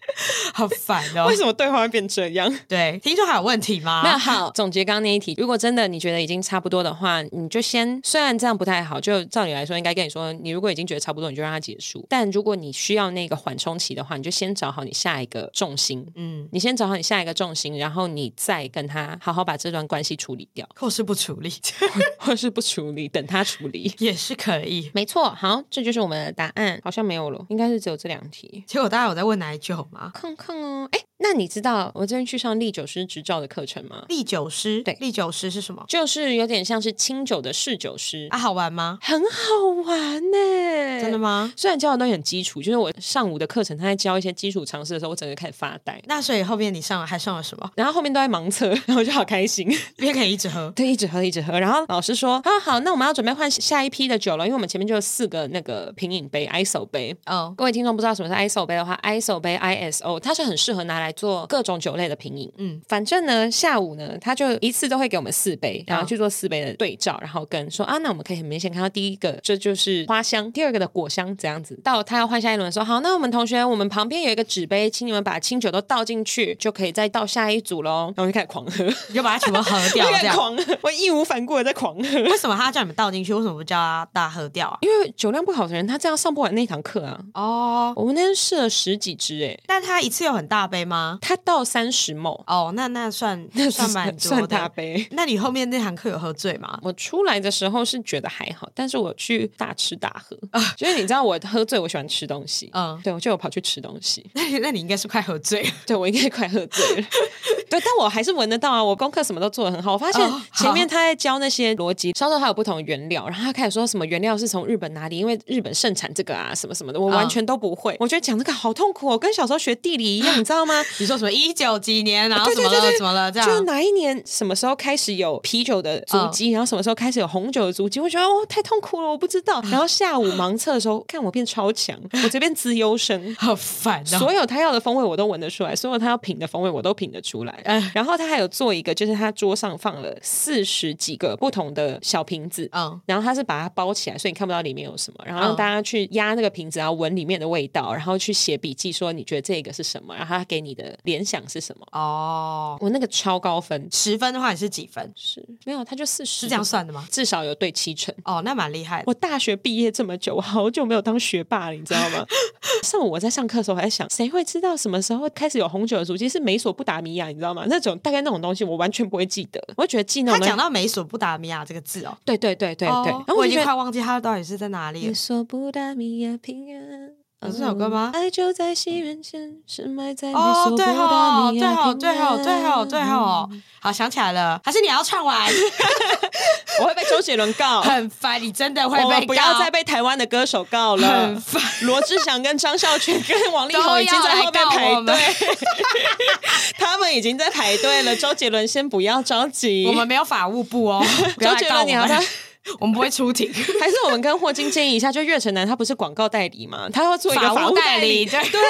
S2: 好烦哦
S1: 为。什么对话会变这样？
S2: 对，听众还有问题吗？
S1: 那好，总结刚刚那一题，如果真的你觉得已经差不多的话，你就先，虽然这样不太好，就照理来说应该跟你说，你如果已经觉得差不多，你就让它结束。但如果你需要那个缓冲期的话，你就先找好你下一个重心，
S2: 嗯，
S1: 你先找好你下一个重心，然后你再跟他好好把这段关系处理掉，
S2: 或是不处理
S1: 或是不处理，等他处理。
S2: 也是可以。
S1: 没错，好，这就是我们的答案，好像没有了，应该是只有这两题。
S2: 结果大家有在问哪一句吗？
S1: 看看哦，哎，那你知道我最近去上历酒师执照的课程吗？
S2: 历酒师，
S1: 对
S2: 历酒师是什么
S1: 就是有点像是清酒的侍酒师
S2: 啊？好玩吗？
S1: 很好玩呢、
S2: 真的？吗？
S1: 虽然教的东西很基础，就是我上午的课程，他在教一些基础常识的时候，我整个开始发呆。
S2: 那所以后面你上了还上了什么？
S1: 然后后面都在盲测， 然后我就好开心，
S2: 也可以一直喝。
S1: 对，一直喝，一直喝。然后老师说：“啊，好，那我们要准备换下一批的酒了，因为我们前面就有四个那个品饮杯、ISO 杯。
S2: 哦，
S1: 各位听众不知道什么是 ISO 杯的话，ISO 杯 ISO 它是很适合拿来做各种酒类的品饮。
S2: 嗯
S1: 嗯，反正呢，下午呢，他就一次都会给我们四杯，然后去做四杯的对照，然后跟说啊，那我们可以很明显看到第一个这就是花香，第二个的果香这样子。到他要换下一轮说好，那我们同学，我们旁边有一个纸杯，请你们把清酒都倒进去，就可以再倒下一组喽。然后我就开始狂喝，
S2: 你就把它全部喝 掉，
S1: 我
S2: 这
S1: 开始
S2: 样。
S1: 狂喝，我义无反顾的在狂喝。
S2: 为什么他要叫你们倒进去？为什么不叫他大家喝掉啊？
S1: 因为酒量不好的人，他这样上不完那堂课啊！
S2: 哦，
S1: 我们那天试了十几支、欸，
S2: 但他一次有很大杯吗？
S1: 他倒三十某，
S2: 哦，那 那算
S1: 那
S2: 算
S1: 是
S2: 蛮多的。
S1: 算大杯。
S2: 那你后面那堂课有喝醉吗？
S1: 我出来的时候是觉得还好，但是我去大吃大喝，就是你知道我喝醉，我喜欢吃东西，
S2: 嗯
S1: 对，我就有跑去吃东西，
S2: 那你那你应该是快喝醉了。
S1: 对我应该快喝醉了， 对，但我还是闻得到啊，我功课什么都做得很好。我发现
S2: 哦好
S1: 前面他在教那些逻辑，烧肉它有不同的原料，然后他开始说什么原料是从日本哪里，因为日本盛产这个啊，什么什么的，我完全都不会。我觉得讲这个好痛苦、哦，跟小时候学地理一样，你知道吗？
S2: 你说什么一九几年，然后
S1: 对
S2: 怎
S1: 对
S2: 么
S1: 对
S2: 了？
S1: 对，
S2: 怎么了？这
S1: 就是
S2: 样
S1: 哪一年什么时候开始有啤酒的足
S2: 嗯
S1: 迹，然后什么时候开始有红酒的足迹，我觉得哦太痛苦了，我不知
S2: 嗯。
S1: 道。然后下午盲测的时候，看我变超强， 我这边资优生
S2: 好烦哦。
S1: 所有他要的风味我都闻得出来，所有他要品的风味我都品得出来。
S2: 哎
S1: 然后他还有做一个，就是他桌上放了四十几个不同的小瓶子，
S2: 嗯，
S1: 然后他是把它包起来，所以你看不到里面有什么。然后让大家去压那个瓶子，然后闻里面的味道，然后去写笔记，说你觉得这个是什么，然后他给你的联想是什么。
S2: 哦，
S1: 我那个超高分，
S2: 十分的话你是几分？
S1: 是没有，他就四十，
S2: 是这样，算的吗？
S1: 至少有对七成。
S2: 哦，那蛮厉害的。
S1: 我大学毕业这么久，我好久没有当学霸了，你知道吗？ 上午我在上课的时候，我还在想，谁会知道什么时候开始有红酒的足迹是美索不达米亚，你知道吗？那种大概那种东西，我完全不会记得。我就觉得记那
S2: 他
S1: 种东
S2: 讲
S1: 西，
S2: 到美索不达米亚这个字哦，
S1: 对对对对对，
S2: 哦
S1: 然后
S2: 我
S1: 我
S2: 已
S1: 就
S2: 经
S1: 觉
S2: 快
S1: 得
S2: 忘记他到底是在哪里
S1: 美
S2: 了。
S1: 索不达米亚平原。嗯
S2: 有这首歌吗？
S1: 爱就在西元前，深埋在你
S2: 哦，
S1: 所
S2: 对
S1: 不到
S2: 吼，
S1: 你
S2: 对
S1: 呀
S2: 吼，对吼，对吼，对。吼
S1: 平安，
S2: 好想起来了，还是你要唱 完，
S1: 我会被周杰伦告，
S2: 很烦，你真的会
S1: 我
S2: 被
S1: 们不要
S2: 告
S1: 再被台湾的歌手 告了
S2: 很。烦。
S1: 罗志祥跟张孝全跟王力
S2: 都
S1: 宏已经在后面
S2: 要来告我
S1: 排
S2: 们
S1: 队， 他们已经在排队了。周杰伦先不要着急，
S2: 我们没有法务部 哦，不要
S1: 周杰
S2: 来告我
S1: 伦你
S2: 们
S1: 要不要？
S2: 我们不会出 庭。
S1: 还是我们跟霍金建议一下，就月城南他不是广告代理嘛，他要做一个
S2: 法务
S1: 法务代
S2: 代
S1: 理，
S2: 理
S1: 对，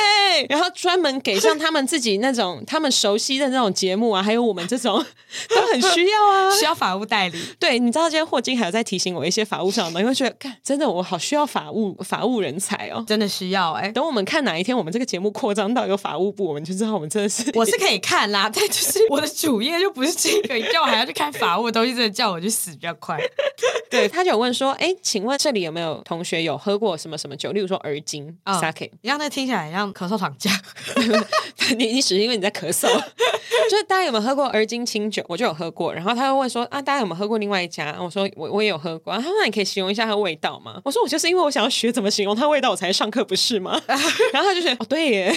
S1: 然后专门给像他们自己那种他们熟悉的那种节目啊，还有我们这种 都很需要 啊。
S2: 需要法务代理。
S1: 对，你知道今天霍金还有在提醒我一些法务上的东西，会觉得，看，真的我好需要法务法务人才哦。
S2: 真的需要哎、
S1: 等我们看哪一天我们这个节目扩张到有法务部，我们就知道我们真的是
S2: 我是可以看啦，但就是我的主业就不是这个，叫我还要去看法务的东西，真的叫我去死比较 快。
S1: 对。他就有问说，哎，请问这里有没有同学有喝过什么什么酒？例如说儿精、
S2: 嗯
S1: sake，
S2: 你让那听起来像咳嗽糖浆，
S1: 你你只是因为你在咳嗽， 就是大家有没有喝过儿精清酒？我就有喝过，然后他会问说啊，大家有没有喝过另外一家？我说我我也有喝过，啊他说那你可以形容一下它的味道吗？我说我就是因为我想要学怎么形容它的味道，我才上课不是 吗？然后他就觉得哦对耶，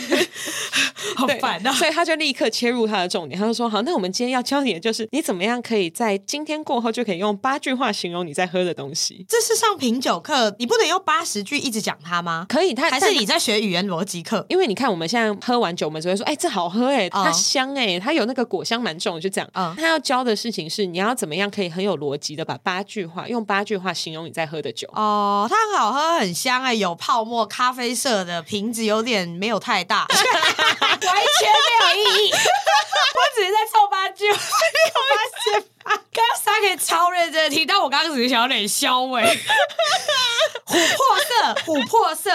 S2: 好
S1: 对
S2: 烦啊！
S1: 所以他就立刻切入他的重点，他就说好，那我们今天要教你的就是你怎么样可以在今天过后就可以用八句话形容你在喝的东西。
S2: 这是上品酒课，你不能用八十句一直讲它吗？
S1: 可以，他但
S2: 还是你在学语言逻辑课？
S1: 因为你看，我们现在喝完酒，我们只会说，哎、这好喝哎、
S2: 哦
S1: 它香哎、它有那个果香蛮重的，就这样。
S2: 嗯
S1: 他要教的事情是，你要怎么样可以很有逻辑的把八句话用八句话形容你在喝的酒。
S2: 哦，它很好喝，很香哎、有泡沫，咖啡色的瓶子，有点没有太 大，完全没有意义。 我只是在凑八 句，你有发现吗？刚刚三个超认真地听，但我刚刚只是想有点消 委。琥珀色，琥珀色，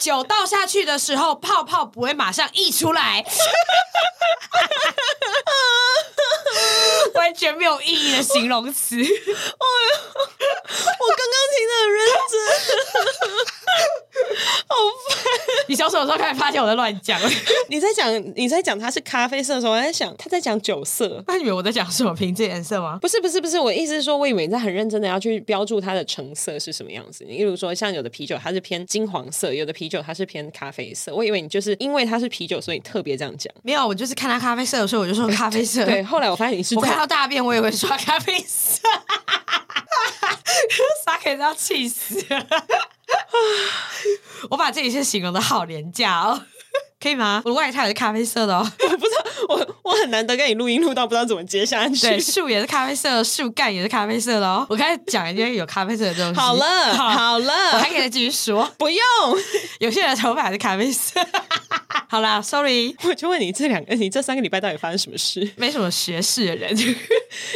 S2: 酒倒下去的时候，泡泡不会马上溢出 来，完全没有意义的形容词。
S1: 我刚刚听的很认
S2: 你从什么时候开始发现我在乱讲？
S1: 真。 你在讲你在讲它是咖啡色的时候，我在想他在讲酒色。
S2: 那你以为我在讲什么瓶子颜色吗？
S1: 不是不是不是，我意思是说，我以为你在很认真的要去标注它的成色是什么样子。你例如说，像有的啤酒它是偏金黄色，有的啤酒它是偏咖啡色。我以为你就是因为它是啤酒，所以特别这样 讲。
S2: 没有，我就是看他咖啡色的时候，我就说咖啡 色。
S1: 对，，后来我发现你是
S2: 我
S1: 在
S2: 看到大便，我也会说咖啡色。 傻可以要气死了！ 我把这一切形容的好廉价哦， 可以吗？我的外套也是咖啡 色的哦，
S1: 我不知道，我我很难得跟你录音录到不知道怎么接下
S2: 对，
S1: 去。
S2: 树也是咖啡色的，树干也是咖啡色的哦。我开始讲一些有咖啡色的 东西。
S1: 好 了，好
S2: 我
S1: 了
S2: 还，可以再继续说，
S1: 不用，
S2: 有些人的头发是咖啡色。 好啦，sorry，
S1: 我就问你这两个，你这三个礼拜到底发生什么事？
S2: 没什么学识的人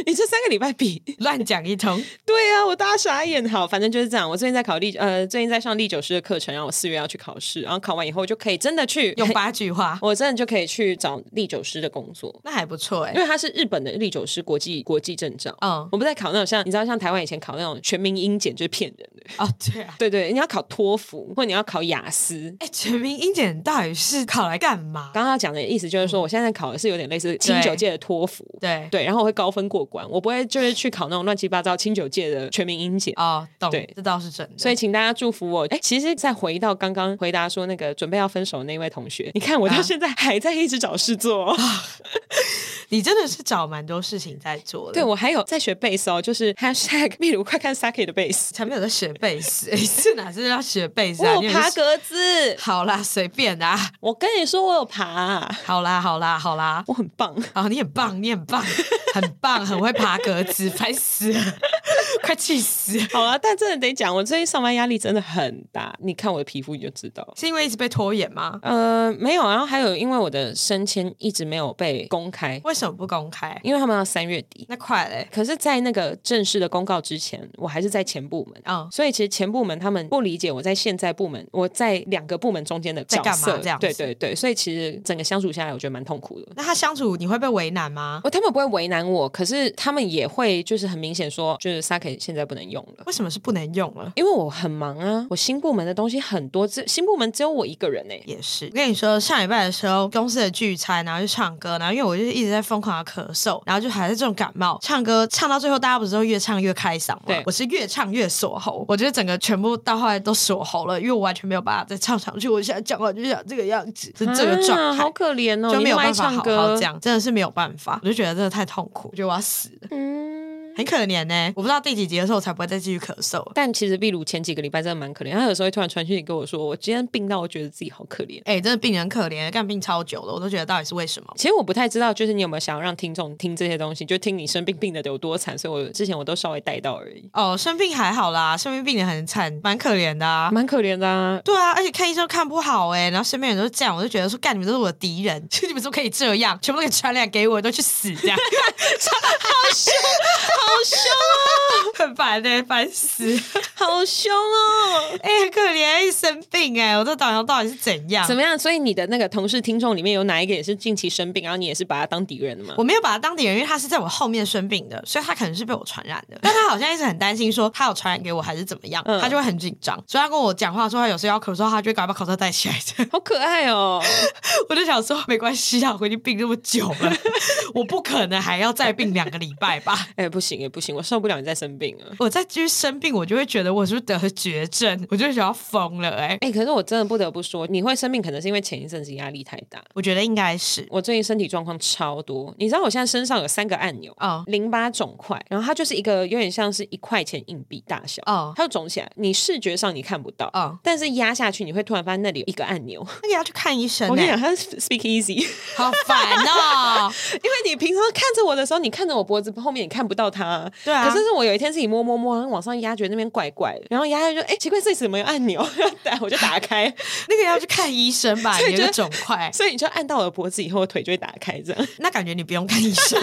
S1: 你这三个礼拜比
S2: 乱讲一通。
S1: 对啊，我大傻眼。好，反正就是这样。我最近在考历，呃，最近在上历九师的课程，然后我四月要去考试，然后考完以后我就可以真的去
S2: 用，八句话，
S1: 我真的就可以去找历九师的工作。
S2: 那还不错哎、
S1: 因为它是日本的历九师国际国际证照，
S2: 嗯
S1: 我不在考那种像你知道像台湾以前考那种全民英检就是骗人的，
S2: 哦，对啊，
S1: 对对，你要考托福或你要考雅思，
S2: 哎、全民英检到底是考来干嘛？
S1: 刚刚讲的意思就是
S2: 嗯
S1: 说，我现在考的是有点类似清酒界的托福，
S2: 对
S1: 对，然后我会高分过关，我不会就是去考那种乱七八糟清酒界的全民英检。
S2: 哦，懂
S1: 对，
S2: 这倒是真的。
S1: 所以，请大家祝福我。哎，其实再回到刚刚回答说那个准备要分手的那位同学，你看我到
S2: 啊
S1: 现在还在一直找事 做哦，
S2: 你真的是找蛮多事情在做的。
S1: 对我还有在学贝斯哦，就是 hashtag 秘鲁快看 Saki 的贝斯，
S2: 才没有在学贝斯，哎 是哪是要学贝斯
S1: 我
S2: 啊？
S1: 有
S2: 你也
S1: 爬
S2: 是
S1: 格子，
S2: 好啦，随便啦，
S1: 我跟你说我有爬、
S2: 好啦，好啦，好啦。
S1: 我很棒。
S2: 哦，你很棒，你很 棒，很棒，很会爬格子，烦死了， 快气死了！
S1: 好了，啊但真的得讲，我最近上班压力真的很大，你看我的皮肤你就知道。
S2: 是因为一直被拖延吗？
S1: 呃，没有，然后还有因为我的升迁一直没有被公开，
S2: 为什么不公开？
S1: 因为他们要三月底。
S2: 那快嘞！
S1: 可是，在那个正式的公告之前，我还是在前部门
S2: 嗯
S1: 所以其实前部门他们不理解我在现在部门，我在两个部门中间的角
S2: 在干
S1: 色，
S2: 嘛这样子
S1: 对对对，所以其实整个相处下来，我觉得蛮痛苦的。
S2: 那他相处你会被为难吗？
S1: 我他们不会为难我，可是他们也会就是很明显说，就是 Sake 现在不能用了。
S2: 为什么是不能用了？
S1: 因为我很忙啊，我新部门的东西很多，只新部门只有我一个人哎、
S2: 也是，我跟你说，上礼拜的时候，公司的聚餐，然后去唱歌，然后因为我就是一直在疯狂的咳嗽，然后就还是这种感冒，唱歌唱到最后，大家不是都越唱越开嗓吗？
S1: 对
S2: 我是越唱越锁喉，我觉得整个全部到后来都锁喉了，因为我完全没有办法再唱上去，我现在讲话就像这个样子，是这个状态。
S1: 啊好可怜哦，
S2: 就没有
S1: 你那么爱
S2: 办法
S1: 唱
S2: 好
S1: 歌
S2: 好讲，真的是没有办法，我就觉得真的太痛苦，我觉得我要死了，
S1: 嗯。
S2: 很可怜呢、我不知道第几集的时候我才不会再继续咳嗽。
S1: 但其实壁炉前几个礼拜真的蛮可怜，他有时候会突然传讯息跟我说，我今天病到我觉得自己好可怜。
S2: 哎、真的病人可怜，干病超久了，我都觉得到底是为什么？
S1: 其实我不太知道，就是你有没有想要让听众听这些东西，就听你生病病的有多惨，所以我之前我都稍微带到而已，
S2: 哦，生病还好啦，生病病人很惨，蛮可怜的啊。
S1: 蛮可怜的、啊。
S2: 对啊，而且看医生看不好哎、然后身边人都是这样，我就觉得说，干你们都是我的敌人， 就你们都可以这样，全部都给传染给我，都去死 这样，
S1: 啊
S2: 好凶，好凶、 很烦哎、烦死，
S1: 好凶 哦！
S2: 哎、很可怜，一生病哎、我这导游到底是怎样？
S1: 怎么样？所以你的那个同事听众里面有哪一个也是近期生病，然后你也是把他当敌人的吗？
S2: 我没有把他当敌人，因为他是在我后面生病的，所以他可能是被我传染的。但他好像一直很担心，说他有传染给我还是怎么样，
S1: 嗯
S2: 他就会很紧张。所以他跟我讲话的时候，他有时候要咳嗽，他就会赶快把口罩戴起来。
S1: 好可爱哦！
S2: 我就想说，没关系啊，我已经病那么久了，我不可能还要再病两个礼拜吧。
S1: 哎、不行哎，不行，我受不了你再生病了。
S2: 我再继续生病，我就会觉得我是不是得了绝症，我就想要疯了哎、
S1: 哎、可是我真的不得不说，你会生病，可能是因为前一阵子压力太大。
S2: 我觉得应该是
S1: 我最近身体状况超多，你知道我现在身上有三个按钮，
S2: 哦
S1: 淋巴肿块，然后它就是一个有点像是一块钱硬币大小，
S2: 哦
S1: 它就肿起来，你视觉上你看不到，
S2: 哦
S1: 但是压下去你会突然发现那里有一个按 钮。
S2: 那个要去看医生
S1: 我跟你
S2: 哎、
S1: 讲，它是 speak easy，因
S2: 好烦 哦、
S1: 为你平常看着我的时候，你看着我脖子后面，你看不到它。
S2: 对啊
S1: 可是是我有一天自己摸摸摸，然后往上压，觉得那边怪怪的，然后压下去就，哎、奇怪，这里怎么有按钮？ 然后我就打 开，
S2: 那个要去看医生吧，
S1: 所以
S2: 你
S1: 觉
S2: 的
S1: 得
S2: 肿块。
S1: 所以你就按到我的脖子以后，我腿就会打开，这样。
S2: 那感觉你不用看医生，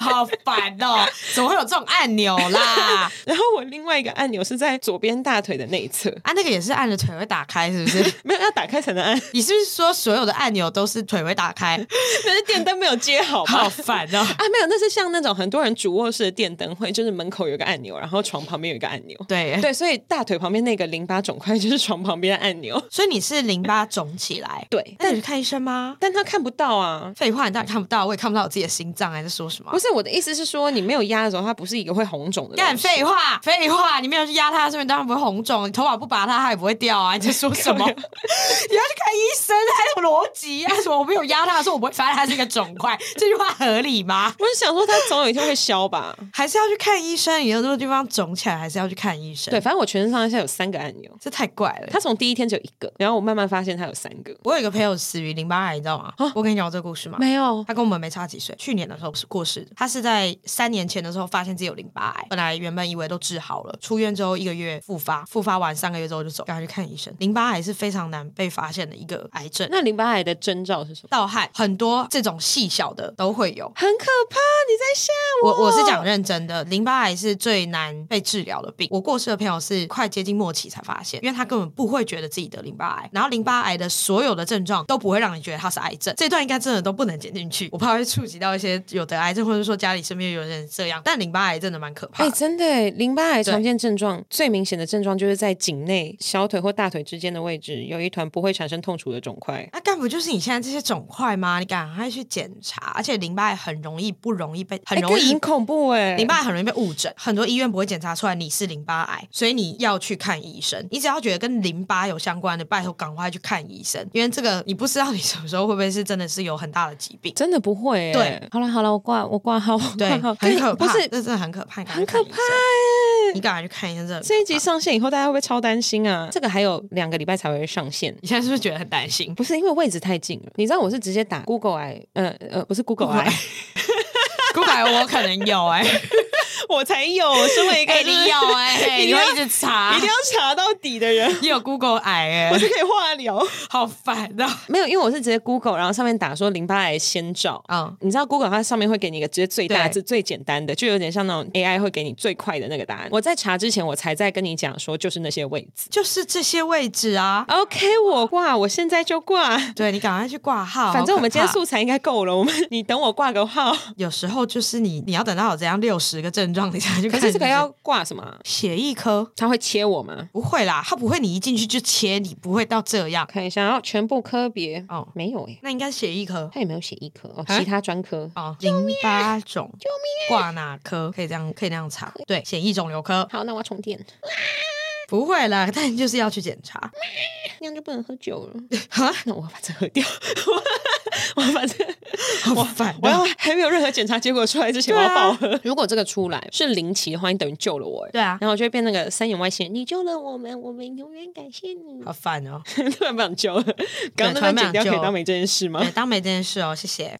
S2: 好烦哦、怎么会有这种按钮啦？
S1: 然后我另外一个按钮是在左边大腿的内侧，
S2: 啊，那个也是按着腿会打开，是不是？
S1: 没有要打开才能按，
S2: 你是不是说所有的按钮都是腿会打开？
S1: 那是电灯没有接好吧？
S2: 好烦哦、
S1: 啊，没有，那是像那种很多人主卧室的电灯会，就是门口有一个按钮，然后床旁边有一个按钮。
S2: 对
S1: 对，所以大腿旁边那个淋巴肿块就是床旁边的按钮。
S2: 所以你是淋巴肿起来，
S1: 对
S2: 那你去看医生吗？
S1: 但他看不到啊。
S2: 废话，你当然看不到，我也看不到我自己的心脏，还在说什么
S1: 不？是我的意思是说，你没有压的时候，它不是一个会红肿的。
S2: 干废。话，废话！你没有去压它，所以你当然不会红肿。你头发不拔它，它也不会掉啊！你在说 什么？你要去看医生，还有什么逻辑啊？什么我没有压它的时候，我不会发现它是一个肿块，这句话合理吗？
S1: 我是想说，它总有一天会消吧。
S2: 还是要去看医生。你有这个地方肿起来，还是要去看医生。
S1: 对，，反正我全身上下有三个按钮，
S2: 这太怪了。
S1: 它从第一天只有一个，然后我慢慢发现它有三个。
S2: 我有一个朋友死于淋巴癌，你知道吗？我跟你讲过这个故事吗？
S1: 没有，
S2: 他跟我们没差几岁，去年的时候是过世的。他是在三年前的时候发现自己有淋巴癌，本来原本以为都治好了，出院之后一个月复发，复发完三个月之后就走，赶快去看医生。淋巴癌是非常难被发现的一个癌症。
S1: 那淋巴癌的征兆是什么？
S2: 盗汗很多这种细小的都会有，
S1: 很可怕，你在吓
S2: 我我是
S1: 哦
S2: 讲认真的，淋巴癌是最难被治疗的病。我过世的朋友是快接近末期才发现，因为他根本不会觉得自己得淋巴癌，然后淋巴癌的所有的症状都不会让你觉得它是癌症。这段应该真的都不能剪进去，我怕会触及到一些有得癌症或者说家里身边有人这样。但淋巴癌真的蛮可怕
S1: 哎、
S2: 的。
S1: 真的耶，淋巴癌
S2: 对
S1: 常见症状最明显的症状就是在颈内、小腿或大腿之间的位置有一团不会产生痛楚的肿块。
S2: 那啊干不就是你现在这些肿块吗？你赶快去检查，而且淋巴癌很容易不容易被很
S1: 哎
S2: 容
S1: 这
S2: 易
S1: 很恐怖哎、
S2: 淋巴癌很容易被误诊，很多医院不会检查出来你是淋巴癌，所以你要去看医生。你只要觉得跟淋巴有相关的，拜托赶快去看医生，因为这个你不知道你什么时候会不会是真的是有很大的疾 病。
S1: 真的不会耶、
S2: 对
S1: 好了好了，我挂我挂号，我
S2: 对，
S1: 挂号，哎
S2: 很可
S1: 不
S2: 怕，
S1: 是
S2: 这真的很可怕，
S1: 很可怕
S2: 怕。
S1: 耶、
S2: 你赶快去看医生，真的很可怕
S1: 这一集上线以后，大家会不会超担心啊？这个还有两个礼拜才会上线。
S2: 你现在是不是觉得很担 心？
S1: 不是因为位置太近了，你知道我是直接打 Google 癌，呃呃，不是 Google 癌，
S2: 不管我可能有哎、
S1: 我才有，身为一个
S2: 哎、
S1: 就是
S2: 你有啊哎、
S1: 一定
S2: 你
S1: 要
S2: 会一直 查，
S1: 一定要查到底的人，
S2: 你有 Google 癌哎、
S1: 我是可以化疗。
S2: 好烦啊！
S1: 没有，因为我是直接 Google，然后上面打说淋巴癌先兆。
S2: 嗯
S1: 你知道 Google 它上面会给你一个直接最大
S2: 对
S1: 字、最简单的，就有点像那种 AI 会给你最快的那个答案。我在查之前，我才在跟你讲说，就是那些位置。
S2: 就是这些位置啊，
S1: OK，我挂，我现在就挂。
S2: 对你赶快去挂号。
S1: 反正我们今天
S2: 好可怕
S1: 素材应该够了，我们你等我挂个号。
S2: 有时候就是你，你要等到有怎样六十个症让你下去
S1: 可
S2: 看。
S1: 是这个要挂什么啊？
S2: 血液科。
S1: 他会切我吗？
S2: 不会啦，他不会，你一进去就切你，不会到这样。
S1: 看一下，然后全部科别
S2: 哦
S1: 没有诶，
S2: 那应该是血液科
S1: 他也没有写一科哦，
S2: 啊
S1: 其他专科。
S2: 哦，淋巴肿，救命！挂哪科？可以这样，可以那样查。对，血液肿瘤科
S1: 好，那我要充电，
S2: 不会啦， 但就是要去检查。
S1: 那样就不能喝酒了。
S2: 啊，
S1: 那我要把这喝掉， 我要把这个。
S2: 好烦啊！
S1: 我要还没有任何检查结果出来之前，我
S2: 对啊
S1: 要爆喝。如果这个出来是零期的话，你等于救了我哎。
S2: 对啊，
S1: 然后我就会变那个三眼外线，你救了我们，我们永远感谢你。
S2: 好烦哦。
S1: 突然不想救了，刚刚那
S2: 突
S1: 段
S2: 然不
S1: 剪
S2: 想
S1: 掉可以
S2: 救
S1: 当没这件事吗
S2: 对，？当没这件事哦，谢谢，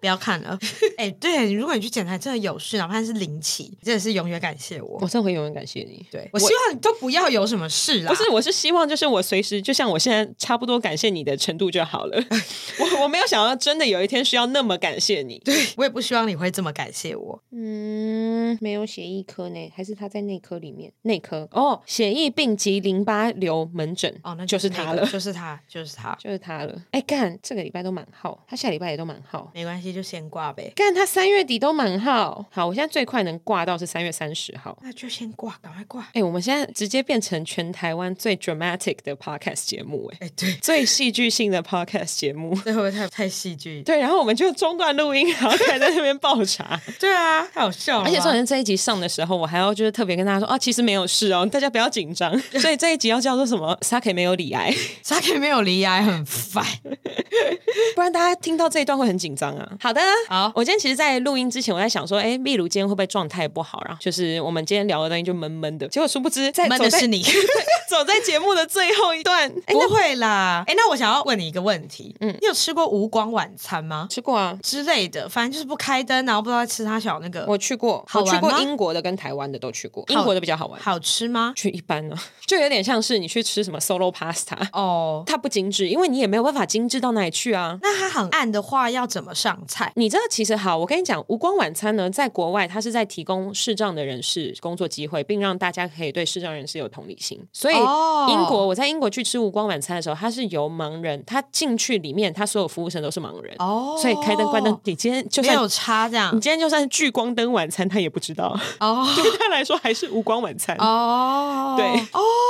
S2: 不要看了。哎、对，如果你去检查真的有事，哪怕是零期，真的是永远感谢我。
S1: 我真的会永远感谢你。
S2: 对，
S1: 我
S2: 我希望你都不要有什么事啦。
S1: 不是，我是希望就是我随时，就像我现在差不多感谢你的程度就好了。 我我没有想到真的有一天需要那么感谢你。对，
S2: 我也不希望你会这么感谢我。
S1: 嗯，没有血液科呢，还是他在内科里面？内科哦，血液病及淋巴瘤门诊
S2: 哦，那
S1: 就是
S2: 那
S1: 他
S2: 个
S1: 了。
S2: 就是他，就是他，
S1: 就是他了。哎、干，这个礼拜都满号，他下礼拜也都满号。
S2: 没关系，就先挂呗。
S1: 干，他三月底都满号。好，我现在最快能挂到是三月三十号。
S2: 那就先挂，赶快挂。
S1: 哎、我们现在直接变成全台湾最 dramatic 的 podcast 节目、哎，
S2: 哎、对，
S1: 最戏剧性的 podcast 节目。
S2: 这会不会太太戏剧？
S1: 对，然后我们就中断录音，然后开始在那边爆茶。
S2: 对啊，太好笑了吧。
S1: 而且重点是这一集上的时候，我还要就是特别跟大家说啊，其实没有事哦，大家不要紧张。 所以这一集要叫做什么 “Sake 没有理癌
S2: 沙 K 没有离癌很烦。”，
S1: 不然大家听到这一段会很紧张啊。好的，
S2: 好
S1: 我今天其实，在录音之前，我在想说，哎，秘鲁今天会不会状态不好？然后就是我们今天聊的东西就闷闷的，结果殊不知在
S2: 闷
S1: 哎走
S2: 的
S1: 在
S2: 是你
S1: 走在节目的最后一段， 哎，
S2: 不会啦。哎、那我想要问你一个问题，嗯，你有吃过无光晚餐吗？
S1: 吃过啊。
S2: 之类的，反正就是不开灯，然后不知道在吃它小那个，
S1: 我去过，
S2: 好
S1: 我去
S2: 玩
S1: 过
S2: 吗
S1: 英国的跟台湾的都去过，英
S2: 好
S1: 国的比较好玩，
S2: 好吃吗？
S1: 去一般呢、哦就有点像是你去吃什么 solo pasta，
S2: 哦，
S1: 它不精致，因为你也没有办法精致到哪里去啊。
S2: 那它很暗的话要怎么上菜？
S1: 你知道，其实好，我跟你讲，无光晚餐呢，在国外它是在提供视障的人士工作机会，并让大家可以对视障人士有同理心。所以，
S2: 哦
S1: 英国、我在英国去吃无光晚餐的时候，它是由盲人，他进去里面，他所有服务生都是盲人，
S2: 哦
S1: 所以开灯关灯，你今天就
S2: 没
S1: 算嗯
S2: 有差这样
S1: 你今天就算是聚光灯晚餐，他也不知 道，
S2: 哦
S1: 对他来说还是无光晚餐。
S2: 哦，
S1: 对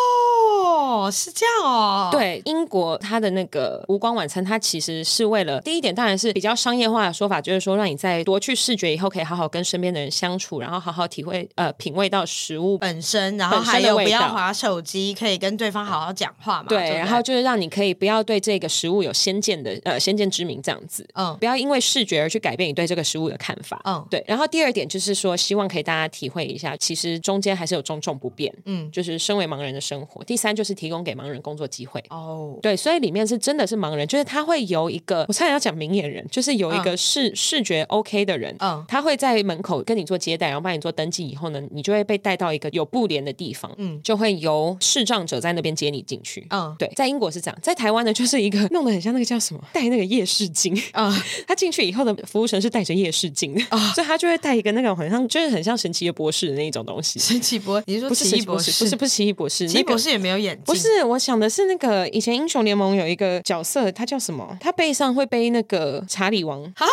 S2: 哦，是这样哦，，
S1: 对，英国它的那个无光晚餐，它其实是为了第一点，当然是比较商业化的说法，就是说让你在夺去视觉以后，可以好好跟身边的人相处，然后好好体会呃品味到食物。
S2: 本身然后
S1: 本身的
S2: 还有
S1: 味
S2: 不要
S1: 道
S2: 划手机，可以跟对方好好讲话嘛，对不
S1: 对，
S2: 对，
S1: 然后就是让你可以不要对这个食物有先见的呃先见之明这样子，
S2: 嗯
S1: 不要因为视觉而去改变你对这个食物的看法。
S2: 嗯
S1: 对。然后第二点就是说，希望可以大家体会一下，其实中间还是有种种不便，
S2: 嗯
S1: 就是身为盲人的生活。第三就是提供给盲人工作机会。
S2: 哦，
S1: 对，所以里面是真的是盲人，就是他会由一个，我差点要讲明眼人，就是有一个视、视觉 OK 的人，
S2: 嗯
S1: 他会在门口跟你做接待，然后帮你做登记以后呢，你就会被带到一个有布帘的地方，
S2: 嗯
S1: 就会由视障者在那边接你进去。
S2: 嗯
S1: 对，在英国是这样，在台湾呢，就是一个弄得很像那个叫什么，戴那个夜视镜。
S2: 嗯， 哦
S1: 他进去以后的服务生是戴着夜视镜的，所以他就会戴一个那种很像，就是很像神奇的博士的那一种东西。
S2: 神奇博，你是说
S1: 不是
S2: 奇
S1: 神
S2: 异
S1: 奇博
S2: 博
S1: 士，不是不是奇异博士，
S2: 奇
S1: 那
S2: 异
S1: 个
S2: 博士也没有眼睛，
S1: 不是，我想的是那个以前英雄联盟有一个角色，他叫什么？他背上会背那个查理王啊。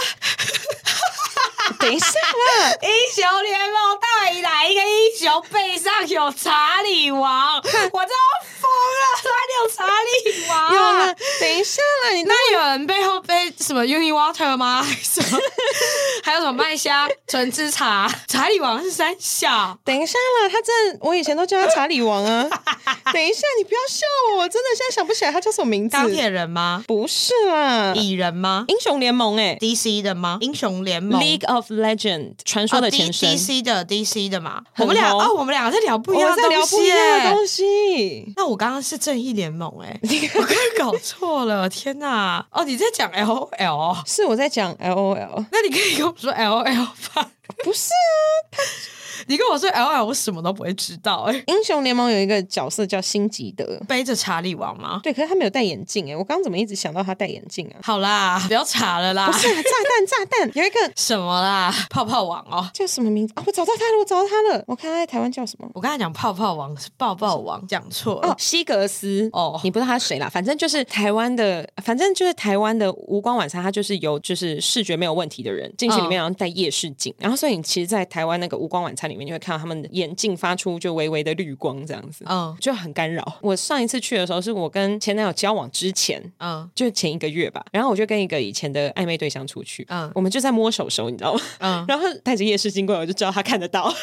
S1: 等一下 啦，
S2: 英雄联盟到底哪一个英雄背上有查 理王？我真的要疯了，哪里有查理王？啊
S1: 有了，等一下啦，你那
S2: 那有人背后背什么 Uni Water 吗？还 是什么？还有什么麦香、纯之茶？查理王是三小，
S1: 等一下啦，他真的，我以前都叫他查理王啊。等一下，你不要笑我，我真的现在想不起来他叫什么名字。
S2: 钢铁人吗？
S1: 不是啦，
S2: 蚁人吗
S1: 英雄联盟哎、
S2: ？DC 的吗？英雄联盟。哦啊
S1: League of Legend 传说的前身。
S2: D C 的 D C 的嘛，我
S1: 很
S2: 们俩
S1: 红
S2: 哦，我们两个在聊不一
S1: 我
S2: 样的
S1: 在聊
S2: 东
S1: 不一
S2: 西
S1: 样的
S2: 耶。
S1: 东西。
S2: 那我刚刚是正义联盟哎、 我刚刚搞错了，天哪！哦，你在讲 L O L，
S1: 是我在讲 L O L，
S2: 那你可以跟我说 L O L 吧？
S1: 不是啊，
S2: 你跟我说 L O L，我什么都不会知道哎、
S1: 英雄联盟有一个角色叫辛吉德，
S2: 背着查理王吗？
S1: 对，可是他没有戴眼镜哎，我刚刚怎么一直想到他戴眼镜啊？
S2: 好啦， 不要查了啦
S1: 不，是、啊，炸弹炸弹，有一个
S2: 什么啦？泡泡王哦，
S1: 叫什么名字啊？我找到他了，我找到他了，我看他在台湾叫什么？
S2: 我刚才讲泡泡王是抱抱王，讲错
S1: 哦
S2: 了，。
S1: 西格斯
S2: 哦
S1: 你不知道他是谁啦，反正就是台湾的，反正就是台湾的无光晚餐，它就是嗯由就是视觉没有问题的人进去里面，然后戴夜视镜，然后所以你其实，在台湾那个无光晚餐里面，你会看到他们的眼镜发出就微微的绿光这样子，
S2: 嗯
S1: 就很干扰。我上一次去的时候，是我跟前男友交往之前。
S2: 嗯
S1: 就前一个月吧，然后我就跟一个以前的暧昧对象出去，
S2: 嗯
S1: 我们就在摸手手，你知道吗？
S2: 嗯，
S1: 然后带着夜视经过来，我就知道他看得 到，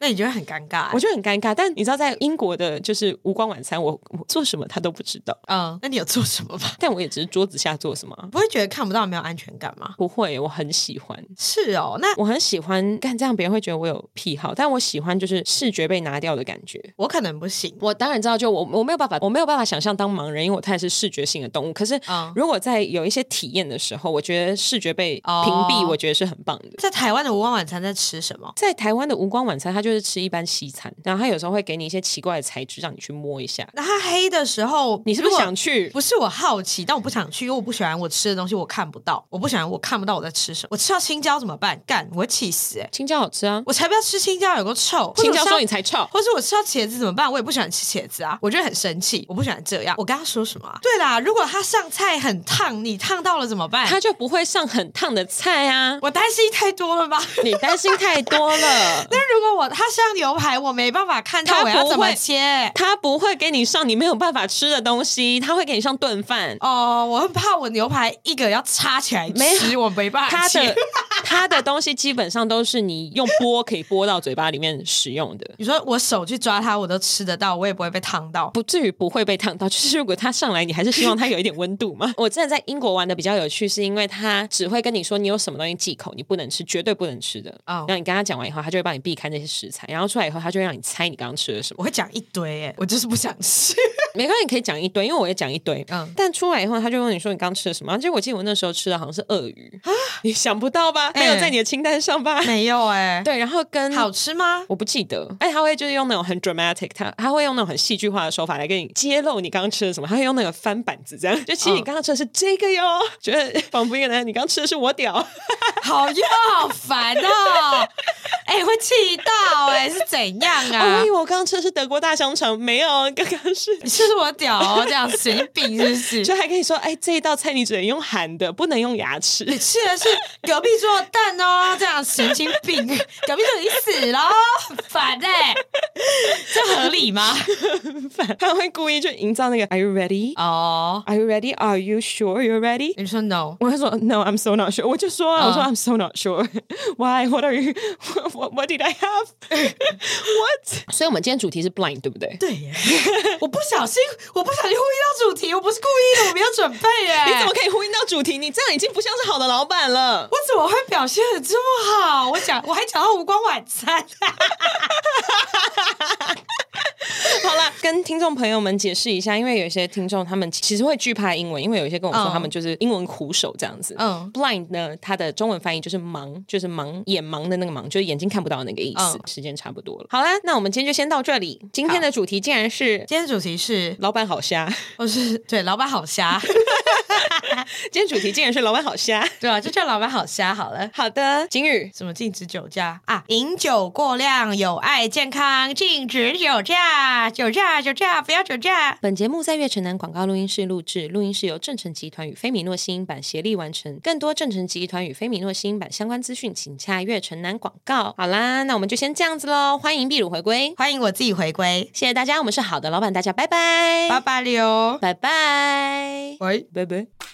S2: 那你就会很尴尬欸、
S1: 我就很尴尬。但你知道，在英国的就是无光晚餐，我我做什么他都不知道，
S2: 嗯，那你有做什么吗？
S1: 但我也只是桌子下做什么啊，
S2: 不会觉得看不到没有安全感吗？
S1: 不会，我很喜欢。
S2: 是哦，那
S1: 我很喜欢干这样，别人会觉得我有癖好，但我喜欢就是视觉被拿掉的感觉。
S2: 我可能不行。
S1: 我当然知道，就我我没有办法，我没有办法想象当盲人，因为我太是视觉性的动物。可是
S2: 嗯，
S1: 如果在有一些体验的时候，我觉得视觉被屏蔽，
S2: 哦
S1: 我觉得是很棒的。
S2: 在台湾的无光晚餐在吃什么？
S1: 在台湾的无光晚餐，它就是吃一般西餐，然后它有时候会给你一些奇怪的材质，让你去摸一下。
S2: 那它黑的时候，
S1: 你是不是
S2: 如果
S1: 想？去？
S2: 不是我好奇，但我不想去，因为我不喜欢我吃的东西我看不到，我不喜欢我看不到我在吃什么。我吃到青椒怎么办？干，我会气死哎、欸！
S1: 青椒好吃啊！
S2: 我才不要吃青椒，有个臭。
S1: 青椒说
S2: 说
S1: 你才 臭，
S2: 或是我吃到茄子怎么办？我也不喜欢吃茄子啊，我觉得很生气，我不喜欢这样。我跟他说什么、啊？对啦，如果他上菜很烫，你烫到了怎么办？
S1: 它就不会上很烫的菜啊！
S2: 我担心太多了吧？
S1: 你担心太多了。
S2: 但如果我他上牛排，我没办法看到
S1: 他
S2: 我要
S1: 不
S2: 怎么
S1: 会
S2: 切。
S1: 他不会给你上你没有办法吃的东西，他会给你上炖饭。
S2: 哦，我很怕我牛排一个要插起来
S1: 没
S2: 吃，我没办法
S1: 他
S2: 吃。
S1: 的他的东西基本上都是你用剥可以剥到嘴巴里面使用的，
S2: 你说我手去抓它，我都吃得到，我也不会被烫到。
S1: 不至于不会被烫到。 就是如果他上来，你还是希望他有一点温度嘛。 我之前在英国玩的比较有趣，是因为他只会跟你说你有什么东西忌口，你不能吃，绝对不能吃的。
S2: 哦
S1: 然后你跟他讲完以后，他就会帮你避开那些食材，然后出来以后，他就会让你猜你刚刚吃了什么。
S2: 我会讲一堆、哎，我就是不想吃。
S1: 没关系，你可以讲一堆，因为我也讲一堆。
S2: 嗯
S1: 但出来以后，他就问你说你刚吃了什么？然后结果我记得我那时候吃的好像是鳄鱼， 你想不到吧？没有在你的清单上吧？
S2: 没有哎、
S1: 对，然后跟
S2: 好吃吗？
S1: 我不记得，哎，他会就是用那种很 dramatic，他他会用那种很戏剧化的手法来跟你揭露你刚刚吃了什么，他会用那个翻板子这样，就其实你
S2: 嗯
S1: 刚刚吃的是这个哟，觉得仿佛一个男人，你刚刚吃的是我屌，
S2: 好又好烦 哦、哎、会气到哎、是怎样
S1: 哦
S2: 啊
S1: 我以？为我刚刚吃的是德国大香肠，没有，刚刚 是。
S2: 你吃我屌哦、这样神经病是不是？
S1: 就还可以说，哎，这一道菜你只能用喊的，不能用牙齿。
S2: 你吃的是隔壁桌的蛋哦，这样神经 病，隔壁桌已经死了哦，很烦哎、这合理 吗？
S1: 他会故意就营造那个 Are you ready?
S2: 哦、
S1: Are you ready? Are you sure you're ready?
S2: 你说 no，
S1: 我会说 No, I'm so not sure。我就说啊，我说 I'm so not sure。Why? What are you? What, what, what did I have? what? 所以我们今天主题是 blind，对不对？
S2: 对耶，我不小心，我不小心呼应到主题，我不是故意的，我没有准备耶。
S1: 你怎么可以呼应到主题？你这样已经不像是好的老板了。
S2: 我怎么会表现的这么好？我讲，我还讲到无光晚餐，
S1: 好啦，跟听众朋友们解释一下，因为有一些听众他们其实会惧怕英文，因为有一些跟我说
S2: 嗯
S1: 他们就是英文苦手这样子。
S2: 嗯
S1: blind 呢，它的中文翻译就是盲，就是盲眼盲的那个盲，就是眼睛看不到的那个意思。
S2: 嗯
S1: 时间差不多了，好啦，那我们今天就先到这里。今天的主题竟然是
S2: 今天主题是，
S1: 老板好瞎，
S2: 我是对老板好瞎，
S1: 今天主题竟然是老板好瞎。
S2: 对啊，就叫老板好瞎好了。
S1: 好的，景宇，
S2: 什么禁止酒驾啊？饮酒过量有害健康，禁止酒驾，酒驾酒驾，不要酒驾。
S1: 本节目在月城南广告录音室录制，录音室由正成集团与菲米诺新音版协力完成。更多正成集团与菲米诺新音版相关资讯，请洽月城南广告。好啦，那我们就先这样子喽，欢迎秘鲁回归，
S2: 欢迎我自己回归，
S1: 谢谢大家，我们是好的老板，大家拜拜，
S2: 八八六，
S1: 拜拜，
S2: 喂。
S1: 拜拜。